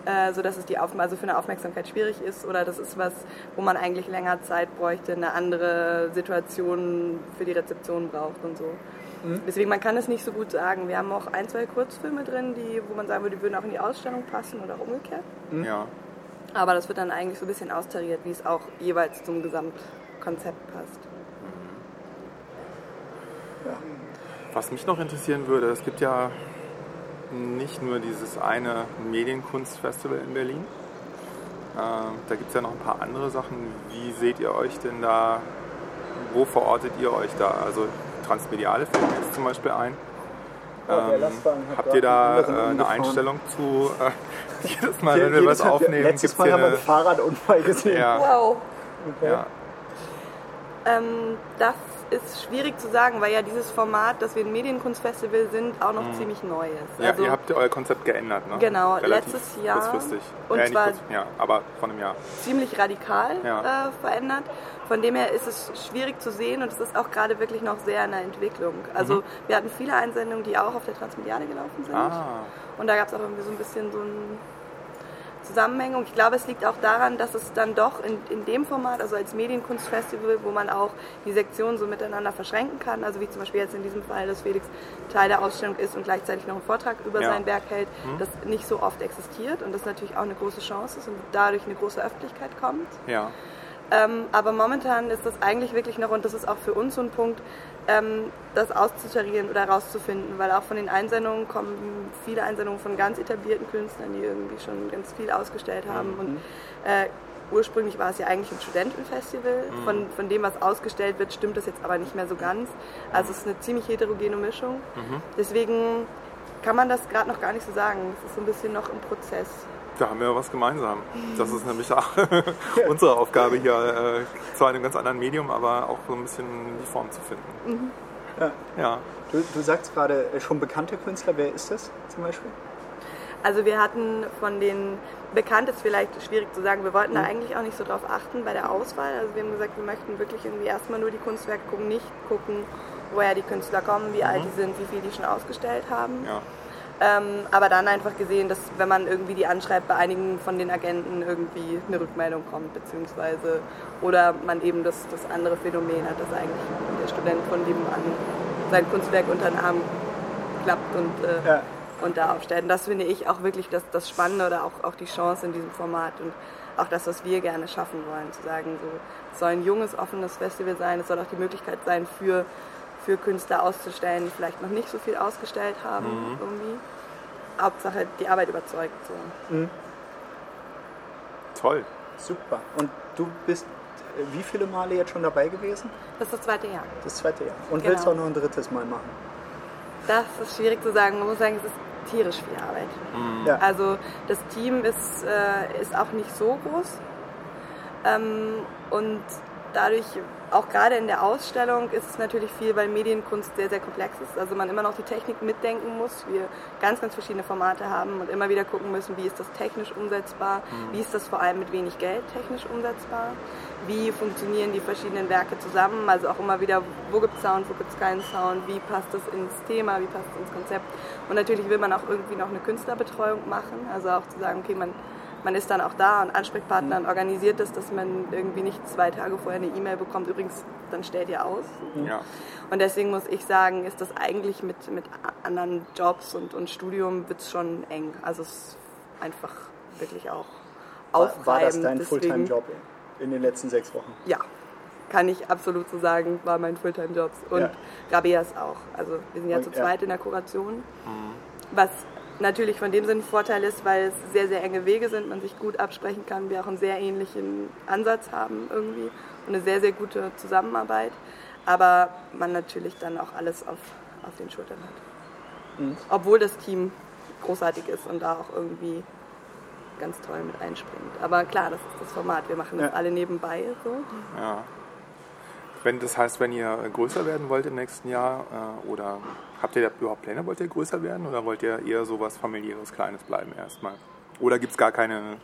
[SPEAKER 6] äh, sodass es die Auf also für eine Aufmerksamkeit schwierig ist. Oder das ist was, wo man eigentlich länger Zeit bräuchte, eine andere Situation für die Rezeption braucht und so. Deswegen, man kann es nicht so gut sagen. Wir haben auch ein, zwei Kurzfilme drin, die, wo man sagen würde, die würden auch in die Ausstellung passen oder auch umgekehrt.
[SPEAKER 1] ja.
[SPEAKER 6] Aber das wird dann eigentlich so ein bisschen austariert, wie es auch jeweils zum Gesamtkonzept passt.
[SPEAKER 1] Was mich noch interessieren würde, es gibt ja nicht nur dieses eine Medienkunstfestival in Berlin. Ähm, da gibt es ja noch ein paar andere Sachen. Wie seht ihr euch denn da? Wo verortet ihr euch da? Also transmediale Filme ist zum Beispiel ein.
[SPEAKER 2] der Lastwagen hat
[SPEAKER 1] Ähm, habt ihr
[SPEAKER 2] gerade
[SPEAKER 1] da
[SPEAKER 2] einen anderen
[SPEAKER 1] äh, eine
[SPEAKER 2] umgefahren.
[SPEAKER 1] Einstellung zu? Äh, jedes Mal, wenn wir
[SPEAKER 2] Jedes
[SPEAKER 1] was
[SPEAKER 2] Mal-
[SPEAKER 1] aufnehmen, gibt
[SPEAKER 2] halt Letztes
[SPEAKER 1] es
[SPEAKER 2] Mal
[SPEAKER 1] hier
[SPEAKER 2] haben wir einen
[SPEAKER 1] eine...
[SPEAKER 2] Fahrradunfall gesehen.
[SPEAKER 1] Ja,
[SPEAKER 6] Wow.
[SPEAKER 1] ja,
[SPEAKER 6] Ähm, das ist schwierig zu sagen, weil ja dieses Format, dass wir ein Medienkunstfestival sind, auch noch ziemlich neu ist.
[SPEAKER 1] Mhm.
[SPEAKER 6] Also
[SPEAKER 2] Also
[SPEAKER 1] ja, ihr habt euer Konzept geändert, ne?
[SPEAKER 6] Genau,
[SPEAKER 1] Relativ
[SPEAKER 6] letztes Jahr.
[SPEAKER 1] Kurzfristig.
[SPEAKER 6] Und
[SPEAKER 1] äh, nicht
[SPEAKER 6] zwar-
[SPEAKER 1] kurz, ja, aber von einem Jahr.
[SPEAKER 6] ziemlich radikal
[SPEAKER 1] Ja.
[SPEAKER 6] äh, verändert. Von dem her ist es schwierig zu sehen und es ist auch gerade wirklich noch sehr in der Entwicklung. Also wir hatten viele Einsendungen, die auch auf der Transmediale gelaufen sind.
[SPEAKER 1] Mhm. Ah,
[SPEAKER 6] Und da gab es auch irgendwie so ein bisschen so ein Zusammenhänge. Und ich glaube, es liegt auch daran, dass es dann doch in, in dem Format, also als Medienkunstfestival, wo man auch die Sektionen so miteinander verschränken kann, also wie zum Beispiel jetzt in diesem Fall, dass Felix Teil der Ausstellung ist und gleichzeitig noch einen Vortrag über
[SPEAKER 1] Ja.
[SPEAKER 6] sein Werk hält, das nicht so oft existiert und das natürlich auch eine große Chance ist und dadurch eine große Öffentlichkeit kommt.
[SPEAKER 1] ja.
[SPEAKER 6] Ähm, aber momentan ist das eigentlich wirklich noch, und das ist auch für uns so ein Punkt, ähm, das auszutarieren oder rauszufinden, weil auch von den Einsendungen kommen viele Einsendungen von ganz etablierten Künstlern, die irgendwie schon ganz viel ausgestellt haben. Und äh, ursprünglich war es ja eigentlich ein Studentenfestival. Von, von dem, was ausgestellt wird, stimmt das jetzt aber nicht mehr so ganz. Also es ist eine ziemlich heterogene Mischung. Deswegen kann man das gerade noch gar nicht so sagen. Es ist so ein bisschen noch im Prozess.
[SPEAKER 1] Da haben wir was gemeinsam. Das ist nämlich auch unsere Aufgabe hier, äh, zwar in einem ganz anderen Medium, aber auch so ein bisschen die Form zu finden. Ja.
[SPEAKER 2] Du, du sagst gerade äh, schon bekannte Künstler, wer ist das zum Beispiel?
[SPEAKER 6] Also wir hatten von den bekannt ist vielleicht schwierig zu sagen, wir wollten da eigentlich auch nicht so drauf achten bei der Auswahl. Also wir haben gesagt, wir möchten wirklich irgendwie erstmal nur die Kunstwerke gucken, nicht gucken, woher die Künstler kommen, wie alt die sind, wie viel die schon ausgestellt haben.
[SPEAKER 1] ja.
[SPEAKER 6] Ähm, aber dann einfach gesehen, dass wenn man irgendwie die anschreibt, bei einigen von den Agenten irgendwie eine Rückmeldung kommt, beziehungsweise oder man eben das, das andere Phänomen hat, dass eigentlich der Student von nebenan sein Kunstwerk unter den Arm klappt und, äh,
[SPEAKER 2] Ja.
[SPEAKER 6] und da aufstellt. Und das finde ich auch wirklich das, das Spannende oder auch, auch die Chance in diesem Format und auch das, was wir gerne schaffen wollen, zu sagen, so, es soll ein junges, offenes Festival sein, es soll auch die Möglichkeit sein für für Künstler auszustellen, die vielleicht noch nicht so viel ausgestellt haben irgendwie. Hauptsache die Arbeit überzeugt. So.
[SPEAKER 1] Toll.
[SPEAKER 2] Super. Und du bist äh, wie viele Male jetzt schon dabei gewesen?
[SPEAKER 6] Das ist das zweite Jahr.
[SPEAKER 2] Das zweite Jahr. Und
[SPEAKER 6] Genau.
[SPEAKER 2] willst auch noch ein drittes Mal machen?
[SPEAKER 6] Das ist schwierig zu sagen. Man muss sagen, es ist tierisch viel Arbeit.
[SPEAKER 2] Ja.
[SPEAKER 6] Also das Team ist, äh, ist auch nicht so groß. Ähm, und dadurch, auch gerade in der Ausstellung, ist es natürlich viel, weil Medienkunst sehr, sehr komplex ist. Also man immer noch die Technik mitdenken muss. Wir ganz, ganz verschiedene Formate haben und immer wieder gucken müssen, wie ist das technisch umsetzbar, wie ist das vor allem mit wenig Geld technisch umsetzbar, wie funktionieren die verschiedenen Werke zusammen. Also auch immer wieder, wo gibt es Sound, wo gibt es keinen Sound, wie passt das ins Thema, wie passt es ins Konzept. Und natürlich will man auch irgendwie noch eine Künstlerbetreuung machen. Also auch zu sagen, okay, man man ist dann auch da und Ansprechpartner und organisiert das, dass man irgendwie nicht zwei Tage vorher eine E-Mail bekommt. Übrigens, dann stellt ihr aus.
[SPEAKER 2] Mhm.
[SPEAKER 1] Ja.
[SPEAKER 6] Und deswegen muss ich sagen, ist das eigentlich mit, mit a- anderen Jobs und, und Studium wird es schon eng. Also es ist einfach wirklich auch
[SPEAKER 2] War,
[SPEAKER 6] aufreibend.
[SPEAKER 2] war das dein
[SPEAKER 6] Deswegen-
[SPEAKER 2] Fulltime-Job in den letzten sechs Wochen?
[SPEAKER 6] Ja, kann ich absolut so sagen, war mein Fulltime-Job. Und
[SPEAKER 2] Ja.
[SPEAKER 6] Rabias auch. Also wir sind ja
[SPEAKER 2] Und-
[SPEAKER 6] zu
[SPEAKER 2] ja. Mhm.
[SPEAKER 6] zweit in der Kuration. Was natürlich von dem Sinn ein Vorteil ist, weil es sehr, sehr enge Wege sind, man sich gut absprechen kann, wir auch einen sehr ähnlichen Ansatz haben irgendwie und eine sehr, sehr gute Zusammenarbeit. Aber man natürlich dann auch alles auf, auf den Schultern hat.
[SPEAKER 2] Mhm.
[SPEAKER 6] Obwohl das Team großartig ist und da auch irgendwie ganz toll mit einspringt. Aber klar, das ist das Format. Wir machen das
[SPEAKER 2] Ja.
[SPEAKER 6] alle nebenbei so.
[SPEAKER 1] Ja. Wenn, das heißt, wenn ihr größer werden wollt im nächsten Jahr, äh, oder habt ihr da überhaupt Pläne, wollt ihr größer werden oder wollt ihr eher sowas familiäres, kleines bleiben erstmal? Oder gibt es gar keine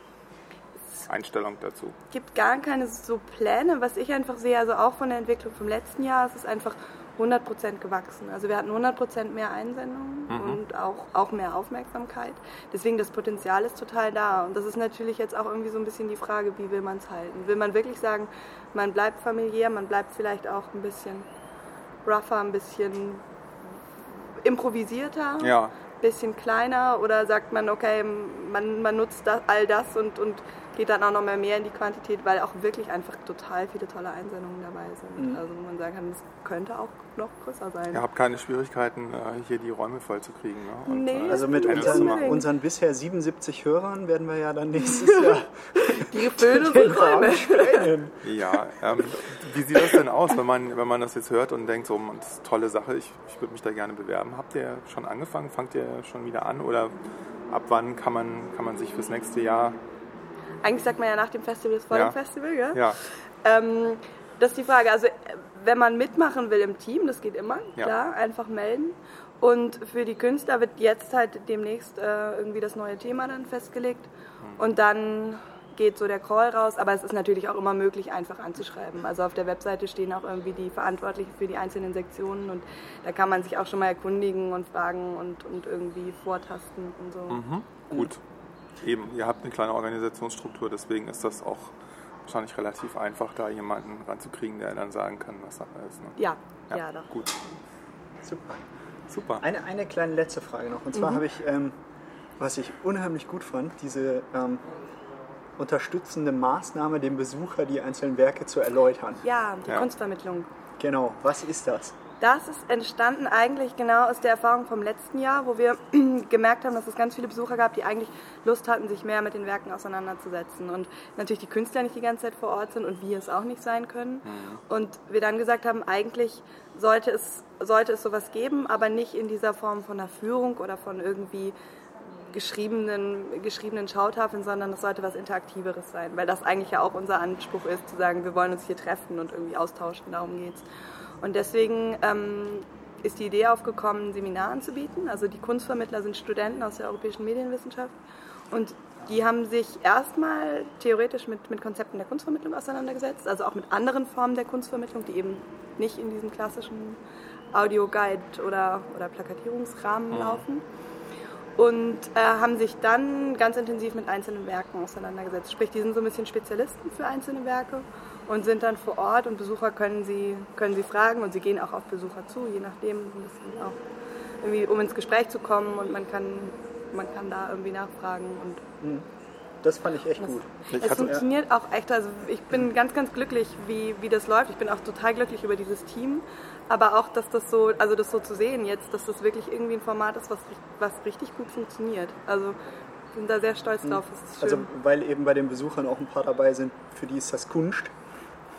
[SPEAKER 1] Einstellung dazu?
[SPEAKER 6] gibt gar keine so Pläne, was ich einfach sehe, also auch von der Entwicklung vom letzten Jahr, es ist einfach 100% gewachsen. Also wir hatten 100% mehr Einsendungen und auch, auch mehr Aufmerksamkeit. Deswegen das Potenzial ist total da. Und das ist natürlich jetzt auch irgendwie so ein bisschen die Frage, wie will man es halten? Will man wirklich sagen, man bleibt familiär, man bleibt vielleicht auch ein bisschen rougher, ein bisschen improvisierter?
[SPEAKER 1] Ja.
[SPEAKER 6] bisschen kleiner oder sagt man, okay, man, man nutzt das, all das und, und geht dann auch noch mal mehr in die Quantität, weil auch wirklich einfach total viele tolle Einsendungen dabei sind. Also wo man sagen kann, das könnte auch noch größer sein.
[SPEAKER 1] Ihr habt keine Schwierigkeiten, äh, hier die Räume voll zu kriegen. Ne? Und,
[SPEAKER 6] Nee.
[SPEAKER 1] äh,
[SPEAKER 2] Also mit
[SPEAKER 1] Tennis zu
[SPEAKER 2] unseren,
[SPEAKER 1] machen.
[SPEAKER 2] unseren bisher 77 Hörern werden wir ja dann nächstes Jahr
[SPEAKER 6] Die Gefüllte
[SPEAKER 2] Genau.
[SPEAKER 6] sind Räume.
[SPEAKER 2] sprengen.
[SPEAKER 1] Ja, ähm, wie sieht das denn aus, wenn man, wenn man das jetzt hört und denkt, so, Mann, das ist eine tolle Sache, ich, ich würde mich da gerne bewerben. Habt ihr schon angefangen? Fangt ihr schon wieder an? Oder ab wann kann man, kann man sich fürs nächste Jahr?
[SPEAKER 6] Eigentlich sagt man ja nach dem Festival ist vor
[SPEAKER 1] Ja.
[SPEAKER 6] dem Festival, gell?
[SPEAKER 1] Ja,
[SPEAKER 6] Ähm, das ist die Frage. Also, äh, wenn man mitmachen will im Team, das geht immer,
[SPEAKER 1] Ja.
[SPEAKER 6] klar, einfach melden. Und für die Künstler wird jetzt halt demnächst äh, irgendwie das neue Thema dann festgelegt.
[SPEAKER 1] Hm.
[SPEAKER 6] Und dann geht so der Call raus. Aber es ist natürlich auch immer möglich, einfach anzuschreiben. Also auf der Webseite stehen auch irgendwie die Verantwortlichen für die einzelnen Sektionen. Und da kann man sich auch schon mal erkundigen und fragen und, und irgendwie vortasten und so.
[SPEAKER 1] Mhm. gut. Eben, ihr habt eine kleine Organisationsstruktur, deswegen ist das auch wahrscheinlich relativ einfach, da jemanden ranzukriegen, der dann sagen kann, was Sache ist. Ne?
[SPEAKER 6] Ja, ja, doch.
[SPEAKER 1] Gut,
[SPEAKER 2] Super.
[SPEAKER 1] super.
[SPEAKER 2] Eine, eine kleine letzte Frage noch. Und zwar
[SPEAKER 6] Mhm.
[SPEAKER 2] habe ich, ähm, was ich unheimlich gut fand, diese ähm, unterstützende Maßnahme, dem Besucher die einzelnen Werke zu erläutern.
[SPEAKER 6] Ja, die
[SPEAKER 1] Ja.
[SPEAKER 6] Kunstvermittlung.
[SPEAKER 2] Genau, was ist das?
[SPEAKER 6] Das ist entstanden eigentlich genau aus der Erfahrung vom letzten Jahr, wo wir gemerkt haben, dass es ganz viele Besucher gab, die eigentlich Lust hatten, sich mehr mit den Werken auseinanderzusetzen. Und natürlich die Künstler nicht die ganze Zeit vor Ort sind und wir es auch nicht sein können. Und wir dann gesagt haben, eigentlich sollte es, sollte es sowas geben, aber nicht in dieser Form von einer Führung oder von irgendwie geschriebenen, geschriebenen Schautafeln, sondern es sollte was Interaktiveres sein, weil das eigentlich ja auch unser Anspruch ist, zu sagen, wir wollen uns hier treffen und irgendwie austauschen, darum geht's. Und deswegen ähm, ist die Idee aufgekommen, ein Seminar anzubieten. Also die Kunstvermittler sind Studenten aus der europäischen Medienwissenschaft und die haben sich erstmal theoretisch mit, mit Konzepten der Kunstvermittlung auseinandergesetzt, also auch mit anderen Formen der Kunstvermittlung, die eben nicht in diesem klassischen Audio-Guide oder, oder Plakatierungsrahmen laufen und äh, haben sich dann ganz intensiv mit einzelnen Werken auseinandergesetzt. Sprich, die sind so ein bisschen Spezialisten für einzelne Werke und sind dann vor Ort und Besucher können sie, können sie fragen und sie gehen auch auf Besucher zu, je nachdem, ein bisschen auch irgendwie, um ins Gespräch zu kommen und man kann, man kann da irgendwie nachfragen und
[SPEAKER 2] Das fand ich echt gut.
[SPEAKER 1] Ich
[SPEAKER 6] es
[SPEAKER 1] hatte-
[SPEAKER 6] funktioniert auch echt. Also ich bin ganz, ganz glücklich, wie, wie das läuft. Ich bin auch total glücklich über dieses Team. Aber auch, dass das so, also das so zu sehen jetzt, dass das wirklich irgendwie ein Format ist, was, ri- was richtig gut funktioniert. Also sind da sehr
[SPEAKER 1] Mhm.
[SPEAKER 6] stolz drauf. Das ist schön.
[SPEAKER 2] Also weil eben bei den Besuchern auch ein paar dabei sind, für die ist das Kunst.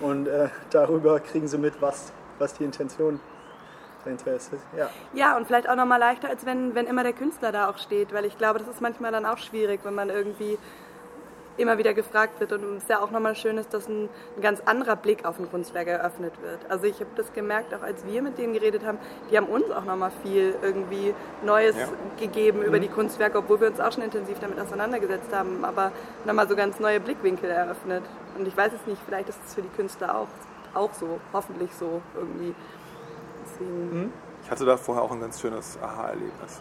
[SPEAKER 2] Und äh, darüber kriegen sie mit, was, was die Intention dahinter ist. Ja.
[SPEAKER 6] Ja, und vielleicht auch nochmal leichter, als wenn, wenn immer der Künstler da auch steht, weil ich glaube, das ist manchmal dann auch schwierig, wenn man irgendwie immer wieder gefragt wird. Und es ist ja auch nochmal schön, ist, dass ein, ein ganz anderer Blick auf ein Kunstwerk eröffnet wird. Also ich habe das gemerkt, auch als wir mit denen geredet haben, die haben uns auch nochmal viel irgendwie Neues
[SPEAKER 1] Ja.
[SPEAKER 6] gegeben über die Kunstwerke, obwohl wir uns auch schon intensiv damit auseinandergesetzt haben, aber nochmal so ganz neue Blickwinkel eröffnet. Und ich weiß es nicht, vielleicht ist es für die Künstler auch, auch so, hoffentlich so irgendwie. Deswegen,
[SPEAKER 1] Ich hatte da vorher auch ein ganz schönes Aha-Erlebnis.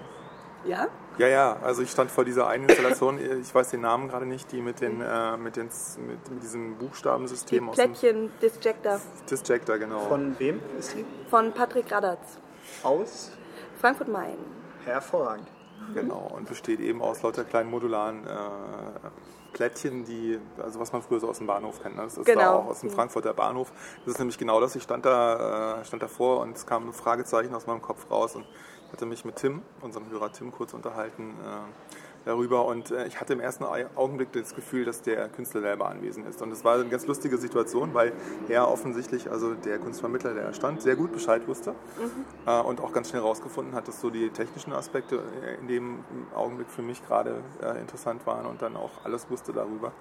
[SPEAKER 6] Ja?
[SPEAKER 1] Ja, ja, also ich stand vor dieser einen Installation, ich weiß den Namen gerade nicht, die mit, den, äh, mit, den, mit, mit diesem
[SPEAKER 6] Die
[SPEAKER 1] Buchstabensystem aus dem
[SPEAKER 6] Plättchen-Disjector
[SPEAKER 1] Disjector, genau.
[SPEAKER 2] Von wem ist die?
[SPEAKER 6] von Patrick Radatz,
[SPEAKER 2] Aus?
[SPEAKER 6] Frankfurt-Main.
[SPEAKER 2] Hervorragend.
[SPEAKER 1] Genau, und besteht eben aus lauter kleinen modularen äh, Plättchen, die, also was man früher so aus dem Bahnhof kennt. Ne? Das ist da
[SPEAKER 6] Genau.
[SPEAKER 1] auch aus dem Frankfurter Bahnhof. Das ist nämlich genau das. Ich stand da, äh, stand davor und es kam ein Fragezeichen aus meinem Kopf raus und ich hatte mich mit Tim, unserem Hörer Tim, kurz unterhalten äh, darüber und äh, ich hatte im ersten Au- Augenblick das Gefühl, dass der Künstler selber anwesend ist. Und es war eine ganz lustige Situation, weil er offensichtlich, also der Kunstvermittler, der da stand, sehr gut Bescheid wusste äh, und auch ganz schnell rausgefunden hat, dass so die technischen Aspekte äh, in dem Augenblick für mich gerade äh, interessant waren und dann auch alles wusste darüber.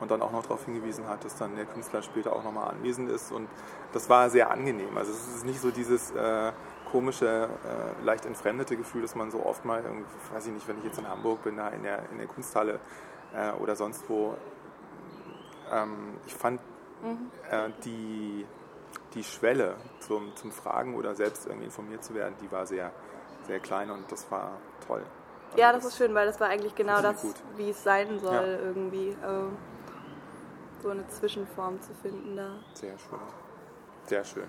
[SPEAKER 1] Und dann auch noch darauf hingewiesen hat, dass dann der Künstler später auch nochmal anwesend ist. Und das war sehr angenehm. Also es ist nicht so dieses äh, komische, äh, leicht entfremdete Gefühl, dass man so oft mal, irgendwie, weiß ich nicht, wenn ich jetzt in Hamburg bin, da in der, in der Kunsthalle äh, oder sonst wo. Ähm, ich fand äh, die, die Schwelle zum, zum Fragen oder selbst irgendwie informiert zu werden, die war sehr, sehr klein und das war toll. Also
[SPEAKER 6] Ja, das ist schön, weil das war eigentlich genau
[SPEAKER 1] Finde ich
[SPEAKER 6] das,
[SPEAKER 1] gut.
[SPEAKER 6] wie es sein soll,
[SPEAKER 1] Ja.
[SPEAKER 6] irgendwie. Äh, so eine Zwischenform zu finden da.
[SPEAKER 1] Sehr schön. Sehr schön.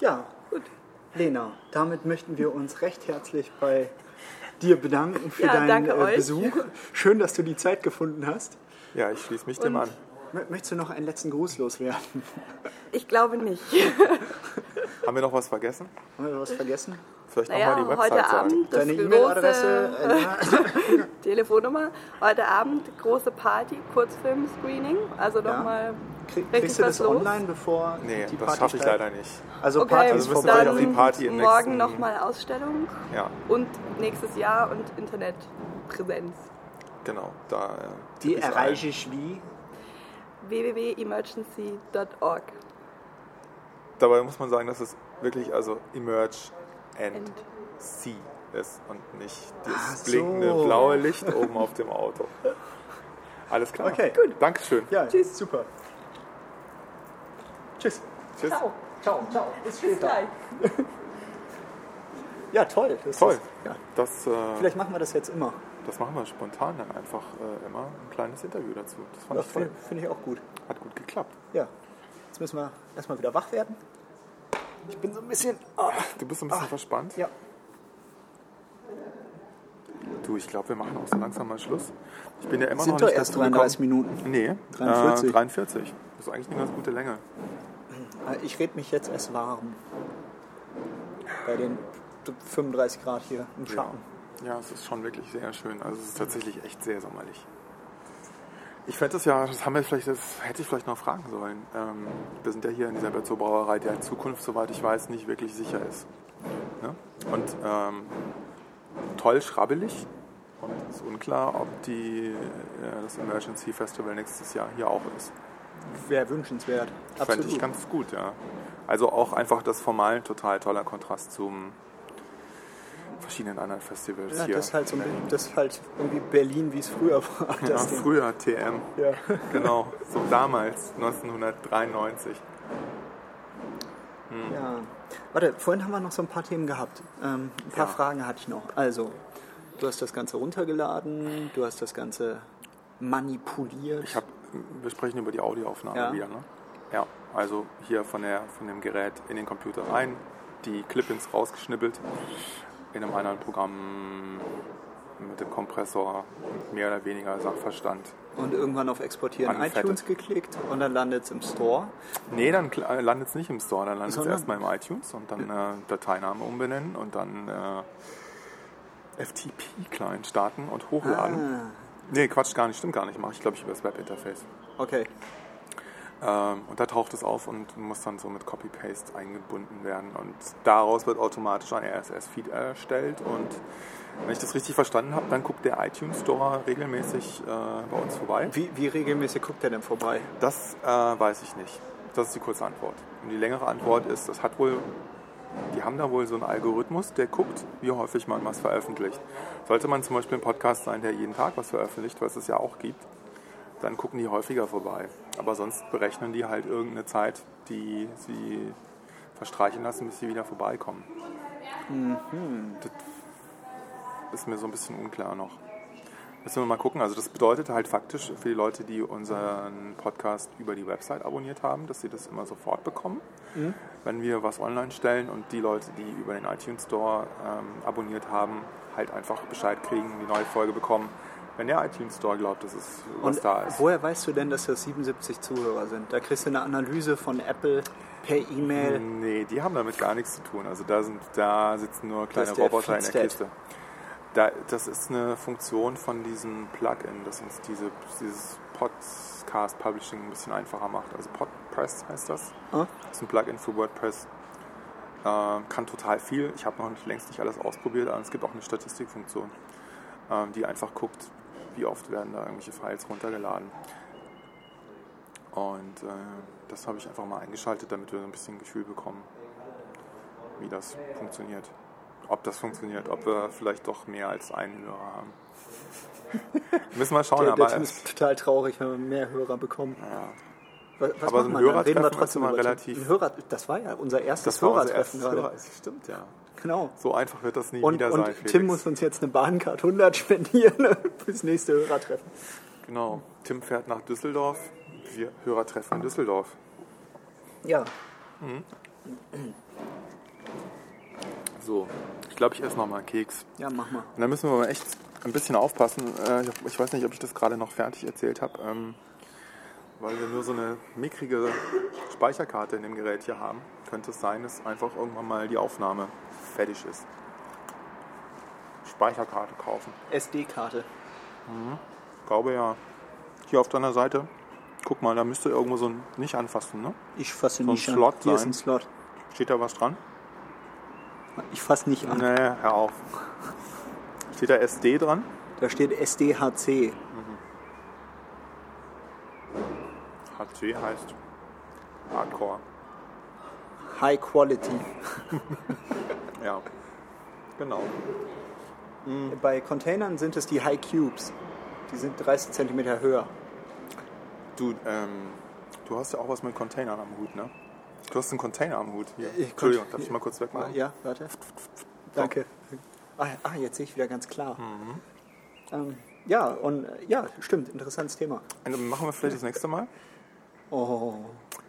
[SPEAKER 2] Ja, gut. Lena, damit möchten wir uns recht herzlich bei dir bedanken für
[SPEAKER 6] Ja,
[SPEAKER 2] deinen
[SPEAKER 6] danke
[SPEAKER 2] äh,
[SPEAKER 6] euch.
[SPEAKER 2] Besuch. Schön, dass du die Zeit gefunden hast.
[SPEAKER 1] Ja, ich schließe mich dem
[SPEAKER 6] Und-
[SPEAKER 1] an.
[SPEAKER 2] Mö- Möchtest du noch einen letzten Gruß loswerden?
[SPEAKER 6] Ich glaube nicht.
[SPEAKER 1] Haben wir noch was vergessen?
[SPEAKER 2] Haben wir was vergessen?
[SPEAKER 1] Vielleicht
[SPEAKER 6] Naja,
[SPEAKER 1] nochmal die Website
[SPEAKER 6] heute
[SPEAKER 1] sagen.
[SPEAKER 6] Abend das
[SPEAKER 2] Deine
[SPEAKER 6] große
[SPEAKER 2] E-Mail-Adresse? Äh,
[SPEAKER 6] Telefonnummer. Heute Abend große Party, Kurzfilm-Screening. Also
[SPEAKER 2] Ja.
[SPEAKER 6] nochmal
[SPEAKER 2] krieg-
[SPEAKER 6] richtig
[SPEAKER 2] kriegst du
[SPEAKER 6] was
[SPEAKER 2] das
[SPEAKER 6] los.
[SPEAKER 2] online, bevor
[SPEAKER 1] Nee,
[SPEAKER 2] die
[SPEAKER 1] das
[SPEAKER 2] Party
[SPEAKER 1] schaffe ich
[SPEAKER 2] startet?
[SPEAKER 1] leider nicht.
[SPEAKER 2] Also
[SPEAKER 6] Okay,
[SPEAKER 2] Party ist
[SPEAKER 1] Also müssen wir
[SPEAKER 2] vorbei.
[SPEAKER 1] vielleicht auf die
[SPEAKER 6] dann
[SPEAKER 1] Party im nächsten-
[SPEAKER 6] morgen nochmal Ausstellung
[SPEAKER 1] Ja,
[SPEAKER 6] und nächstes Jahr und Internetpräsenz.
[SPEAKER 1] genau. Da, äh, tippe
[SPEAKER 2] Die
[SPEAKER 1] ich ein.
[SPEAKER 2] erreiche ich wie?
[SPEAKER 6] www.emergency.org.
[SPEAKER 1] Dabei muss man sagen, dass es wirklich also Emerge and,
[SPEAKER 6] And.
[SPEAKER 1] See ist und nicht das
[SPEAKER 2] Ach so.
[SPEAKER 1] blinkende blaue Licht oben auf dem Auto. Alles klar.
[SPEAKER 2] Okay.
[SPEAKER 1] gut. Dankeschön.
[SPEAKER 2] Ja, Tschüss. super. Tschüss.
[SPEAKER 1] Tschüss.
[SPEAKER 2] Ciao, ciao. Bis später.
[SPEAKER 6] gleich.
[SPEAKER 2] Ja, toll. Das
[SPEAKER 1] Toll.
[SPEAKER 2] Ist, ja.
[SPEAKER 1] Das, äh,
[SPEAKER 2] Vielleicht machen wir das jetzt immer.
[SPEAKER 1] das machen wir spontan dann einfach äh, immer ein kleines Interview dazu. Das fand
[SPEAKER 2] Ja,
[SPEAKER 1] ich toll.
[SPEAKER 2] Finde find ich auch gut.
[SPEAKER 1] Hat gut geklappt.
[SPEAKER 2] Ja. Jetzt müssen wir erstmal wieder wach werden. Ich bin so ein bisschen. ah,
[SPEAKER 1] Du bist so ein bisschen verspannt.
[SPEAKER 2] Ja.
[SPEAKER 1] Du, ich glaube, wir machen auch so langsam mal Schluss. Ich bin ja immer
[SPEAKER 2] Sind
[SPEAKER 1] noch
[SPEAKER 2] doch
[SPEAKER 1] nicht
[SPEAKER 2] erst
[SPEAKER 1] dazu gekommen-
[SPEAKER 2] 33 Minuten.
[SPEAKER 1] Nee, 43.
[SPEAKER 2] 43.
[SPEAKER 1] Äh, 43. Das ist eigentlich eine ganz gute Länge.
[SPEAKER 2] Ah, Ich rede mich jetzt erst warm. Bei den 35 Grad hier im Schatten.
[SPEAKER 1] Ja. ja, es ist schon wirklich sehr schön. Also es ist tatsächlich echt sehr sommerlich. Ich fände das ja, das haben wir vielleicht, das hätte ich vielleicht noch fragen sollen. Ähm, wir sind ja hier in dieser Bezzo Brauerei, der in Zukunft, soweit ich weiß, nicht wirklich sicher ist. Ne? Und ähm, toll schrabbelig. Und es ist unklar, ob die, äh, das Emergency Festival nächstes Jahr hier auch ist.
[SPEAKER 2] Wäre wünschenswert.
[SPEAKER 1] Fände ich ganz gut, ja. Also auch einfach das formal ein total toller Kontrast zum verschiedenen anderen Festivals
[SPEAKER 2] ja,
[SPEAKER 1] hier.
[SPEAKER 2] das, ist halt so
[SPEAKER 1] in
[SPEAKER 2] ein,
[SPEAKER 1] Berlin.
[SPEAKER 2] das ist halt irgendwie Berlin, wie es früher war.
[SPEAKER 1] ja,
[SPEAKER 2] Das Ding.
[SPEAKER 1] früher TM,
[SPEAKER 2] Ja.
[SPEAKER 1] genau, so damals, 1993.
[SPEAKER 2] Ja. Warte, vorhin haben wir noch so ein paar Themen gehabt. Ähm, ein paar
[SPEAKER 1] Ja.
[SPEAKER 2] Fragen hatte ich noch. Also, du hast das Ganze runtergeladen, du hast das Ganze manipuliert.
[SPEAKER 1] Ich hab, wir sprechen über die Audioaufnahme
[SPEAKER 2] Ja.
[SPEAKER 1] wieder, ne? Ja, also hier von, der, von dem Gerät in den Computer rein, die Clippings rausgeschnippelt, in einem anderen Programm mit dem Kompressor, mehr oder weniger Sachverstand.
[SPEAKER 2] und irgendwann auf Exportieren
[SPEAKER 1] Angefettet.
[SPEAKER 2] iTunes geklickt und dann landet es im Store.
[SPEAKER 1] Nee, dann landet es nicht im Store, dann landet es
[SPEAKER 2] Sondern-
[SPEAKER 1] erstmal im iTunes und dann äh, Dateiname umbenennen und dann äh, FTP-Client starten und hochladen.
[SPEAKER 2] Ah,
[SPEAKER 1] Nee, Quatsch gar nicht, stimmt gar nicht. Mache ich, glaube ich, über das Webinterface.
[SPEAKER 2] Okay.
[SPEAKER 1] Ähm, und da taucht es auf und muss dann so mit Copy-Paste eingebunden werden. Und daraus wird automatisch ein RSS-Feed erstellt. Und wenn ich das richtig verstanden habe, dann guckt der iTunes Store regelmäßig äh, bei uns vorbei.
[SPEAKER 2] Wie, wie regelmäßig guckt er denn vorbei?
[SPEAKER 1] Das äh, weiß ich nicht. Das ist die kurze Antwort. Und die längere Antwort ist, das hat wohl, die haben da wohl so einen Algorithmus, der guckt, wie häufig man was veröffentlicht. Sollte man zum Beispiel ein Podcast sein, der jeden Tag was veröffentlicht, was es ja auch gibt, dann gucken die häufiger vorbei. Aber sonst berechnen die halt irgendeine Zeit, die sie verstreichen lassen, bis sie wieder vorbeikommen. Das ist mir so ein bisschen unklar noch. Müssen wir mal gucken. Also das bedeutet halt faktisch für die Leute, die unseren Podcast über die Website abonniert haben, dass sie das immer sofort bekommen, wenn wir was online stellen und die Leute, die über den iTunes Store ähm, abonniert haben, halt einfach Bescheid kriegen, die neue Folge bekommen, wenn der iTunes Store glaubt, dass es was
[SPEAKER 2] Und
[SPEAKER 1] da ist.
[SPEAKER 2] woher weißt du denn, dass das 77 Zuhörer sind? Da kriegst du eine Analyse von Apple per E-Mail.
[SPEAKER 1] Nee, die haben damit gar nichts zu tun. Also da, sind, da sitzen nur kleine
[SPEAKER 2] ist der
[SPEAKER 1] Roboter in der Kiste.
[SPEAKER 2] Feedstat.
[SPEAKER 1] Da, das ist eine Funktion von diesem Plugin, das uns diese, dieses Podcast Publishing ein bisschen einfacher macht. Also Podpress heißt das.
[SPEAKER 2] Ah.
[SPEAKER 1] Das ist ein Plugin für WordPress. Äh, kann total viel. Ich habe noch nicht, längst nicht alles ausprobiert, aber es gibt auch eine Statistikfunktion, ähm, die einfach guckt, wie oft werden da irgendwelche Files runtergeladen. Und äh, das habe ich einfach mal eingeschaltet, damit wir so ein bisschen Gefühl bekommen, wie das funktioniert. Ob das funktioniert, ob wir vielleicht doch mehr als einen Hörer haben. Müssen wir schauen,
[SPEAKER 2] Der, der
[SPEAKER 1] aber,
[SPEAKER 2] Tim ist total traurig, wenn wir mehr Hörer bekommen.
[SPEAKER 1] ja,
[SPEAKER 2] Was, was
[SPEAKER 1] Aber
[SPEAKER 2] macht
[SPEAKER 1] so ein
[SPEAKER 2] man dann?
[SPEAKER 1] Hörertreffen
[SPEAKER 2] Reden wir
[SPEAKER 1] ist
[SPEAKER 2] trotzdem
[SPEAKER 1] immer
[SPEAKER 2] über Tim.
[SPEAKER 1] relativ-
[SPEAKER 2] Ein Hörer, das war ja unser erstes
[SPEAKER 1] das war unser erstes
[SPEAKER 2] Hörertreffen gerade.
[SPEAKER 1] Hörer. Stimmt, ja.
[SPEAKER 2] Genau.
[SPEAKER 1] So einfach wird das nie
[SPEAKER 2] Und,
[SPEAKER 1] wieder
[SPEAKER 2] und
[SPEAKER 1] sein. Felix.
[SPEAKER 2] Tim muss uns jetzt eine Bahncard 100 spendieren fürs nächste Hörertreffen.
[SPEAKER 1] Genau. Tim fährt nach Düsseldorf. Wir Hörer treffen in Düsseldorf.
[SPEAKER 2] Ja,
[SPEAKER 1] So. Ich glaube, ich esse nochmal einen Keks.
[SPEAKER 2] ja, mach mal.
[SPEAKER 1] Und da müssen wir mal echt ein bisschen aufpassen. Äh, ich- Ich weiß nicht, ob ich das gerade noch fertig erzählt habe, ähm, weil wir nur so eine mickrige Speicherkarte in dem Gerät hier haben. Könnte es sein, dass einfach irgendwann mal die Aufnahme fertig ist. Speicherkarte kaufen.
[SPEAKER 2] SD-Karte.
[SPEAKER 1] Ich glaube ja, hier auf deiner Seite, guck mal, da müsste irgendwo so ein, nicht anfassen, ne?
[SPEAKER 2] Ich fasse
[SPEAKER 1] So ein
[SPEAKER 2] nicht an.
[SPEAKER 1] Slot
[SPEAKER 2] Hier ist
[SPEAKER 1] sein.
[SPEAKER 2] ein Slot.
[SPEAKER 1] Steht da was dran?
[SPEAKER 2] Ich fasse nicht an.
[SPEAKER 1] Nee, hör auf. Steht da SD dran?
[SPEAKER 2] Da steht SDHC.
[SPEAKER 1] HC heißt Hardcore.
[SPEAKER 2] High Quality.
[SPEAKER 1] Ja. Genau. Mhm.
[SPEAKER 2] Bei Containern sind es die High Cubes. Die sind 30 cm höher.
[SPEAKER 1] Du, ähm, du hast ja auch was mit Containern am Hut, ne? Du hast einen Container am Hut. Hier.
[SPEAKER 2] Ich-
[SPEAKER 1] Entschuldigung,
[SPEAKER 2] Cont-
[SPEAKER 1] darf ich mal kurz wegmachen?
[SPEAKER 2] Ja, warte. Danke. Ah, ah, jetzt sehe ich wieder ganz klar.
[SPEAKER 1] Mhm.
[SPEAKER 2] Ähm, ja, und äh, ja, stimmt, interessantes Thema.
[SPEAKER 1] Also machen wir vielleicht das nächste Mal.
[SPEAKER 2] Oh.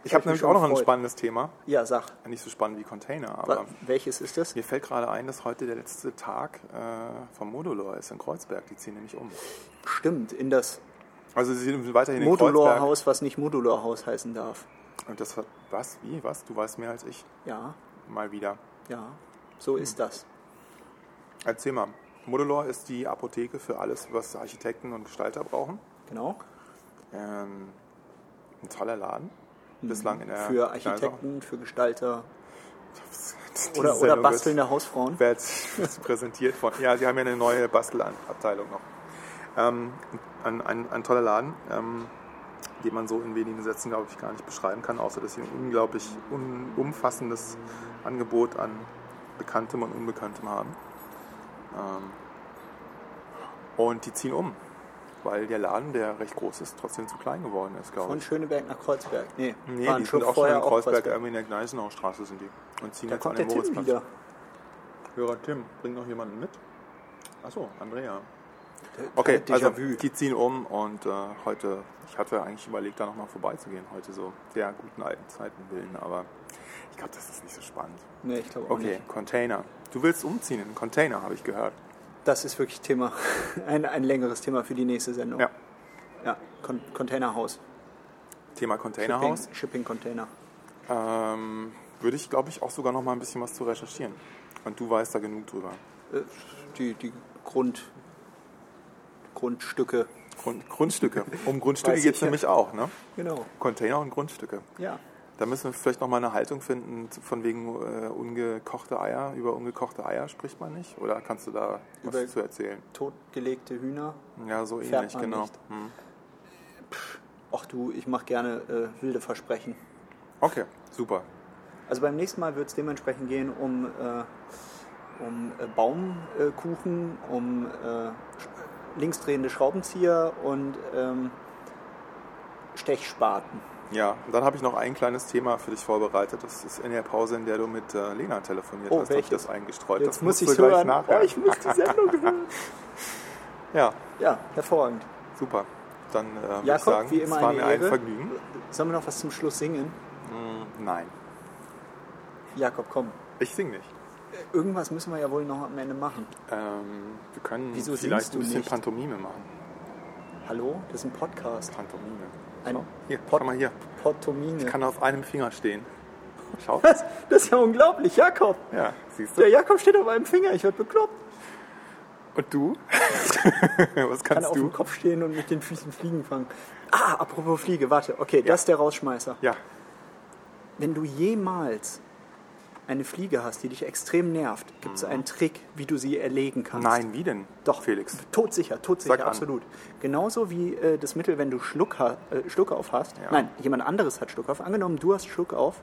[SPEAKER 1] Ich habe
[SPEAKER 2] mich
[SPEAKER 1] nämlich
[SPEAKER 2] schon
[SPEAKER 1] auch noch ein
[SPEAKER 2] gefreut.
[SPEAKER 1] spannendes Thema.
[SPEAKER 2] Ja, sag.
[SPEAKER 1] Nicht so spannend wie Container,
[SPEAKER 2] Wa-
[SPEAKER 1] aber
[SPEAKER 2] Welches ist das?
[SPEAKER 1] mir fällt gerade ein, dass heute der letzte Tag äh, vom Modulor ist in Kreuzberg. Die ziehen nämlich um.
[SPEAKER 2] Stimmt, in das
[SPEAKER 1] Also sie sind weiterhin in Kreuzberg.
[SPEAKER 2] Modulorhaus, was nicht Modulorhaus heißen darf.
[SPEAKER 1] Und das hat, was? Wie? Was? Du weißt mehr als ich.
[SPEAKER 2] Ja,
[SPEAKER 1] Mal wieder.
[SPEAKER 2] ja, so
[SPEAKER 1] Hm.
[SPEAKER 2] ist das.
[SPEAKER 1] Erzähl mal. Modular ist die Apotheke für alles, was Architekten und Gestalter brauchen.
[SPEAKER 2] Genau.
[SPEAKER 1] Ähm, ein toller Laden. Bislang in der
[SPEAKER 2] Mhm. Für Architekten, für Gestalter
[SPEAKER 1] Kneipe.
[SPEAKER 2] oder,
[SPEAKER 1] Diese
[SPEAKER 2] oder
[SPEAKER 1] Sendung
[SPEAKER 2] bastelnde Hausfrauen.
[SPEAKER 1] Wird, wird präsentiert von. Ja, sie haben ja eine neue Bastelabteilung noch. Ähm, ein, ein, ein toller Laden, ähm, den man so in wenigen Sätzen, glaube ich, gar nicht beschreiben kann, außer dass sie ein unglaublich un umfassendes Angebot an Bekanntem und Unbekanntem haben. Ähm, und die ziehen um, weil der Laden, der recht groß ist, trotzdem zu klein geworden ist, glaube
[SPEAKER 2] Von
[SPEAKER 1] ich.
[SPEAKER 2] Schöneberg nach Kreuzberg. Nee,
[SPEAKER 1] Nee,
[SPEAKER 2] waren
[SPEAKER 1] die
[SPEAKER 2] schon
[SPEAKER 1] sind auch schon
[SPEAKER 2] vorher
[SPEAKER 1] in
[SPEAKER 2] auch
[SPEAKER 1] Kreuzberg,
[SPEAKER 2] Kreuzberg.
[SPEAKER 1] irgendwie in der Gneisenaustraße sind die. Und ziehen
[SPEAKER 2] Da
[SPEAKER 1] jetzt
[SPEAKER 2] kommt
[SPEAKER 1] an
[SPEAKER 2] der
[SPEAKER 1] den
[SPEAKER 2] Tim
[SPEAKER 1] Moritzplatz.
[SPEAKER 2] wieder.
[SPEAKER 1] Hörer Tim, bring noch jemanden mit? Achso, Andrea. Okay,
[SPEAKER 2] der hat
[SPEAKER 1] also
[SPEAKER 2] Déjà-vu.
[SPEAKER 1] die ziehen um und äh, heute, ich hatte eigentlich überlegt, da nochmal vorbeizugehen, heute so der guten alten Zeiten willen, aber ich glaube, das ist nicht so spannend.
[SPEAKER 2] Nee, ich glaube auch
[SPEAKER 1] Okay,
[SPEAKER 2] nicht.
[SPEAKER 1] Container. Du willst umziehen in einen Container, habe ich gehört.
[SPEAKER 2] Das ist wirklich Thema. Ein, ein längeres Thema für die nächste Sendung.
[SPEAKER 1] Ja,
[SPEAKER 2] ja Con Containerhaus.
[SPEAKER 1] Thema Containerhaus.
[SPEAKER 2] Shipping, Shipping Container.
[SPEAKER 1] Ähm, würde ich, glaube ich, auch sogar noch mal ein bisschen was zu recherchieren. Und du weißt da genug drüber.
[SPEAKER 2] Äh, Die, die Grund, Grundstücke
[SPEAKER 1] Grund, Grundstücke. Um Grundstücke
[SPEAKER 2] Weiß
[SPEAKER 1] geht es
[SPEAKER 2] ich ja.
[SPEAKER 1] nämlich auch, ne?
[SPEAKER 2] Genau.
[SPEAKER 1] Container und Grundstücke.
[SPEAKER 2] Ja.
[SPEAKER 1] Da müssen wir vielleicht nochmal eine Haltung finden, zu- von wegen äh, ungekochte Eier. Über ungekochte Eier spricht man nicht? Oder kannst du da was
[SPEAKER 2] Über-
[SPEAKER 1] zu erzählen?
[SPEAKER 2] Totgelegte Hühner.
[SPEAKER 1] Ja, so
[SPEAKER 2] Fährt
[SPEAKER 1] ähnlich,
[SPEAKER 2] man
[SPEAKER 1] genau.
[SPEAKER 2] nicht.
[SPEAKER 1] Hm.
[SPEAKER 2] Ach du, ich mache gerne äh, wilde Versprechen.
[SPEAKER 1] Okay, super.
[SPEAKER 2] Also beim nächsten Mal wird es dementsprechend gehen um, äh, um äh, Baumkuchen, um äh, sch- linksdrehende Schraubenzieher und ähm, Stechspaten.
[SPEAKER 1] Ja, und dann habe ich noch ein kleines Thema für dich vorbereitet. Das ist in der Pause, in der du mit äh, Lena telefoniert
[SPEAKER 2] Oh,
[SPEAKER 1] hast, habe ich
[SPEAKER 2] welches?
[SPEAKER 1] das eingestreut.
[SPEAKER 2] Jetzt
[SPEAKER 1] das
[SPEAKER 2] muss
[SPEAKER 1] musst
[SPEAKER 2] ich
[SPEAKER 1] du gleich
[SPEAKER 2] hören.
[SPEAKER 1] nachher.
[SPEAKER 2] Oh, ich muss die Sendung hören.
[SPEAKER 1] Ja,
[SPEAKER 2] Ja, hervorragend.
[SPEAKER 1] super. Dann äh, würde ich
[SPEAKER 2] Jakob,
[SPEAKER 1] sagen,
[SPEAKER 2] wie immer
[SPEAKER 1] es war
[SPEAKER 2] eine
[SPEAKER 1] mir ein
[SPEAKER 2] Ehre.
[SPEAKER 1] Vergnügen.
[SPEAKER 2] Sollen wir noch was zum Schluss singen?
[SPEAKER 1] Nein,
[SPEAKER 2] Jakob, komm.
[SPEAKER 1] ich singe nicht.
[SPEAKER 2] Irgendwas müssen wir ja wohl noch am Ende machen.
[SPEAKER 1] Ähm, wir können
[SPEAKER 2] Wieso
[SPEAKER 1] vielleicht
[SPEAKER 2] singst du
[SPEAKER 1] ein bisschen
[SPEAKER 2] nicht?
[SPEAKER 1] Pantomime machen.
[SPEAKER 2] Hallo? Das ist ein Podcast.
[SPEAKER 1] Pantomime.
[SPEAKER 2] Ein
[SPEAKER 1] Hier,
[SPEAKER 2] Pod-
[SPEAKER 1] schau mal hier.
[SPEAKER 2] Portomine.
[SPEAKER 1] Kann auf einem Finger stehen. Schau.
[SPEAKER 2] Was? Das ist ja unglaublich, Jakob.
[SPEAKER 1] Ja, siehst du?
[SPEAKER 2] Der Jakob steht auf einem Finger, ich werde bekloppt.
[SPEAKER 1] Und du? Was
[SPEAKER 2] Kann
[SPEAKER 1] kannst
[SPEAKER 2] auf
[SPEAKER 1] du?
[SPEAKER 2] dem Kopf stehen und mit den Füßen Fliegen fangen. Ah, apropos Fliege, warte. Okay, das ist der Rausschmeißer.
[SPEAKER 1] Ja,
[SPEAKER 2] Wenn du jemals eine Fliege hast, die dich extrem nervt, gibt es einen Trick, wie du sie erlegen kannst.
[SPEAKER 1] Mhm. nein, wie denn?
[SPEAKER 2] Doch,
[SPEAKER 1] Felix.
[SPEAKER 2] Todsicher, todsicher,
[SPEAKER 1] Sag an.
[SPEAKER 2] absolut. Genauso wie äh, das Mittel, wenn du Schluck, ha äh, Schluck auf hast.
[SPEAKER 1] Ja.
[SPEAKER 2] Nein, jemand anderes hat Schluck auf. Angenommen, du hast Schluck auf,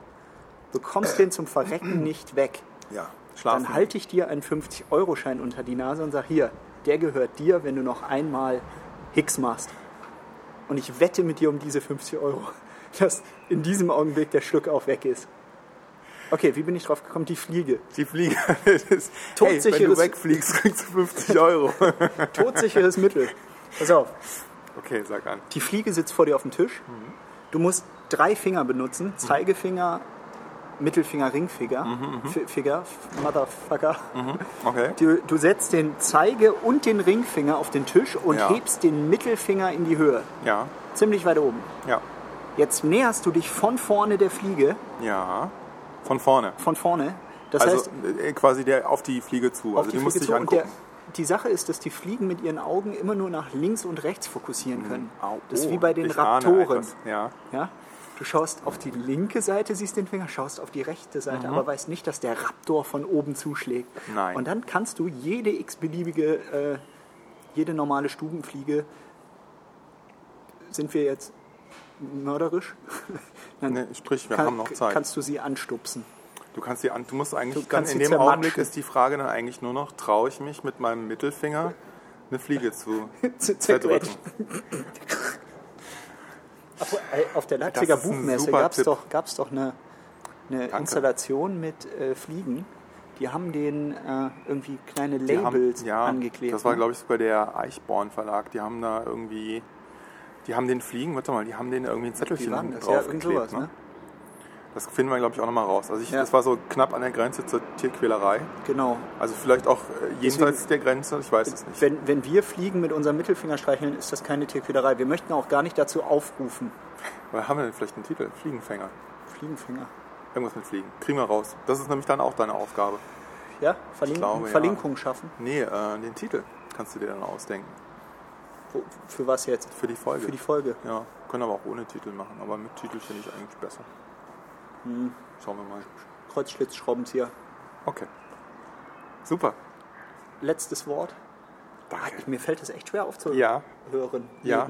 [SPEAKER 2] bekommst den zum Verrecken nicht weg.
[SPEAKER 1] Ja, schlafen.
[SPEAKER 2] Dann halt halte ich dir einen 50-Euro-Schein unter die Nase und sag hier, der gehört dir, wenn du noch einmal Hicks machst. Und ich wette mit dir um diese 50 Euro, dass in diesem Augenblick der Schluck auf weg ist. Okay, wie bin ich drauf gekommen? Die Fliege.
[SPEAKER 1] Die Fliege. Das ist, hey, wenn du
[SPEAKER 2] Todsicheres-
[SPEAKER 1] wegfliegst, kriegst du 50 Euro.
[SPEAKER 2] Todsicheres Mittel. Pass auf.
[SPEAKER 1] Okay, sag an.
[SPEAKER 2] Die Fliege sitzt vor dir auf dem Tisch. Du musst drei Finger
[SPEAKER 1] Mhm.
[SPEAKER 2] benutzen: Zeigefinger, Mittelfinger, Ringfinger.
[SPEAKER 1] Mhm,
[SPEAKER 2] Fi- Finger, F- Motherfucker.
[SPEAKER 1] Okay.
[SPEAKER 2] Du, du setzt den Zeige und den Ringfinger auf den Tisch und
[SPEAKER 1] Ja.
[SPEAKER 2] hebst den Mittelfinger in die Höhe.
[SPEAKER 1] Ja,
[SPEAKER 2] Ziemlich weit oben.
[SPEAKER 1] ja,
[SPEAKER 2] Jetzt näherst du dich von vorne der Fliege.
[SPEAKER 1] ja. Von vorne.
[SPEAKER 2] Von vorne. Das
[SPEAKER 1] also
[SPEAKER 2] heißt,
[SPEAKER 1] äh, quasi der auf die Fliege zu.
[SPEAKER 2] auf
[SPEAKER 1] also
[SPEAKER 2] die
[SPEAKER 1] die musst
[SPEAKER 2] Fliege
[SPEAKER 1] dich
[SPEAKER 2] zu. Und der,
[SPEAKER 1] angucken.
[SPEAKER 2] die Sache ist, dass die Fliegen mit ihren Augen immer nur nach links und rechts fokussieren können.
[SPEAKER 1] Au,
[SPEAKER 2] das ist
[SPEAKER 1] oh,
[SPEAKER 2] wie bei den
[SPEAKER 1] ich ahne
[SPEAKER 2] Raptoren.
[SPEAKER 1] etwas. Ja.
[SPEAKER 2] Ja? Du schaust auf die linke Seite, siehst den Finger, schaust auf die rechte Seite, aber weißt nicht, dass der Raptor von oben zuschlägt.
[SPEAKER 1] Mhm. Nein.
[SPEAKER 2] Und dann kannst du jede x-beliebige, äh, jede normale Stubenfliege, sind wir jetzt mörderisch? Dann
[SPEAKER 1] Nee, sprich, wir
[SPEAKER 2] kann-
[SPEAKER 1] haben noch Zeit.
[SPEAKER 2] Kannst du sie anstupsen.
[SPEAKER 1] Du kannst die an, du musst eigentlich
[SPEAKER 2] Du kannst
[SPEAKER 1] dann in
[SPEAKER 2] sie
[SPEAKER 1] dem Augenblick
[SPEAKER 2] zermatschen.
[SPEAKER 1] ist die Frage dann eigentlich nur noch, traue ich mich mit meinem Mittelfinger eine Fliege zu
[SPEAKER 2] Zu
[SPEAKER 1] zerdrücken?
[SPEAKER 2] zerdrücken. Auf, äh, auf der Leipziger
[SPEAKER 1] Das ist ein
[SPEAKER 2] Buchmesse
[SPEAKER 1] super
[SPEAKER 2] gab es
[SPEAKER 1] Tipp.
[SPEAKER 2] doch, gab's doch eine, eine
[SPEAKER 1] Danke.
[SPEAKER 2] Installation mit äh, Fliegen. Die haben denen äh, irgendwie kleine
[SPEAKER 1] Die haben-
[SPEAKER 2] Labels
[SPEAKER 1] ja,
[SPEAKER 2] angeklebt.
[SPEAKER 1] Das war,
[SPEAKER 2] ne?
[SPEAKER 1] glaube ich, bei der Eichborn Verlag. Die haben da irgendwie, die haben den Fliegen, warte mal, die haben den irgendwie ein
[SPEAKER 2] Wie
[SPEAKER 1] Zettelchen
[SPEAKER 2] war denn
[SPEAKER 1] hinten
[SPEAKER 2] das? Ja,
[SPEAKER 1] drauf
[SPEAKER 2] irgend
[SPEAKER 1] geklebt.
[SPEAKER 2] sowas,
[SPEAKER 1] ne?
[SPEAKER 2] ne?
[SPEAKER 1] Das finden wir, glaube ich, auch nochmal raus. Also ich,
[SPEAKER 2] Ja.
[SPEAKER 1] das war so knapp an der Grenze zur Tierquälerei.
[SPEAKER 2] Genau.
[SPEAKER 1] Also vielleicht auch äh, jenseits der Grenze, ich weiß es nicht.
[SPEAKER 2] Wenn, wenn wir Fliegen mit unserem Mittelfinger streicheln, ist das keine Tierquälerei. Wir möchten auch gar nicht dazu aufrufen.
[SPEAKER 1] Aber haben wir denn vielleicht einen Titel? Fliegenfänger.
[SPEAKER 2] Fliegenfinger.
[SPEAKER 1] Irgendwas mit Fliegen. Kriegen wir raus. Das ist nämlich dann auch deine Aufgabe.
[SPEAKER 2] Ja? Verlink
[SPEAKER 1] glaube, ja.
[SPEAKER 2] Verlinkung schaffen.
[SPEAKER 1] Nee, äh, den Titel kannst du dir dann ausdenken.
[SPEAKER 2] Wo, für was jetzt?
[SPEAKER 1] Für die Folge.
[SPEAKER 2] Für die Folge.
[SPEAKER 1] Ja, können aber auch ohne Titel machen. Aber mit Titel finde ich eigentlich besser. Schauen wir mal.
[SPEAKER 2] Kreuzschlitzschraubenzieher.
[SPEAKER 1] Okay. Super.
[SPEAKER 2] Letztes Wort.
[SPEAKER 1] Danke.
[SPEAKER 2] Mir fällt es echt schwer aufzuhören.
[SPEAKER 1] Ja, ja.
[SPEAKER 2] Ja.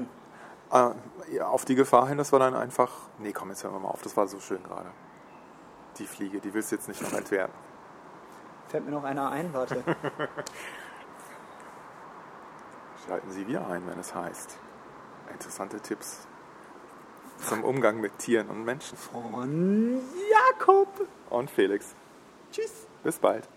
[SPEAKER 1] Äh, ja, auf die Gefahr hin, dass wir dann einfach. Nee, komm, jetzt hören wir mal auf. Das war so schön gerade. Die Fliege, die willst du jetzt nicht noch entwerten.
[SPEAKER 2] Fällt mir noch einer ein, warte.
[SPEAKER 1] Schalten Sie wieder ein, wenn es heißt. Interessante Tipps zum Umgang mit Tieren und Menschen.
[SPEAKER 2] Von Jakob.
[SPEAKER 1] Und Felix.
[SPEAKER 2] Tschüss.
[SPEAKER 1] Bis bald.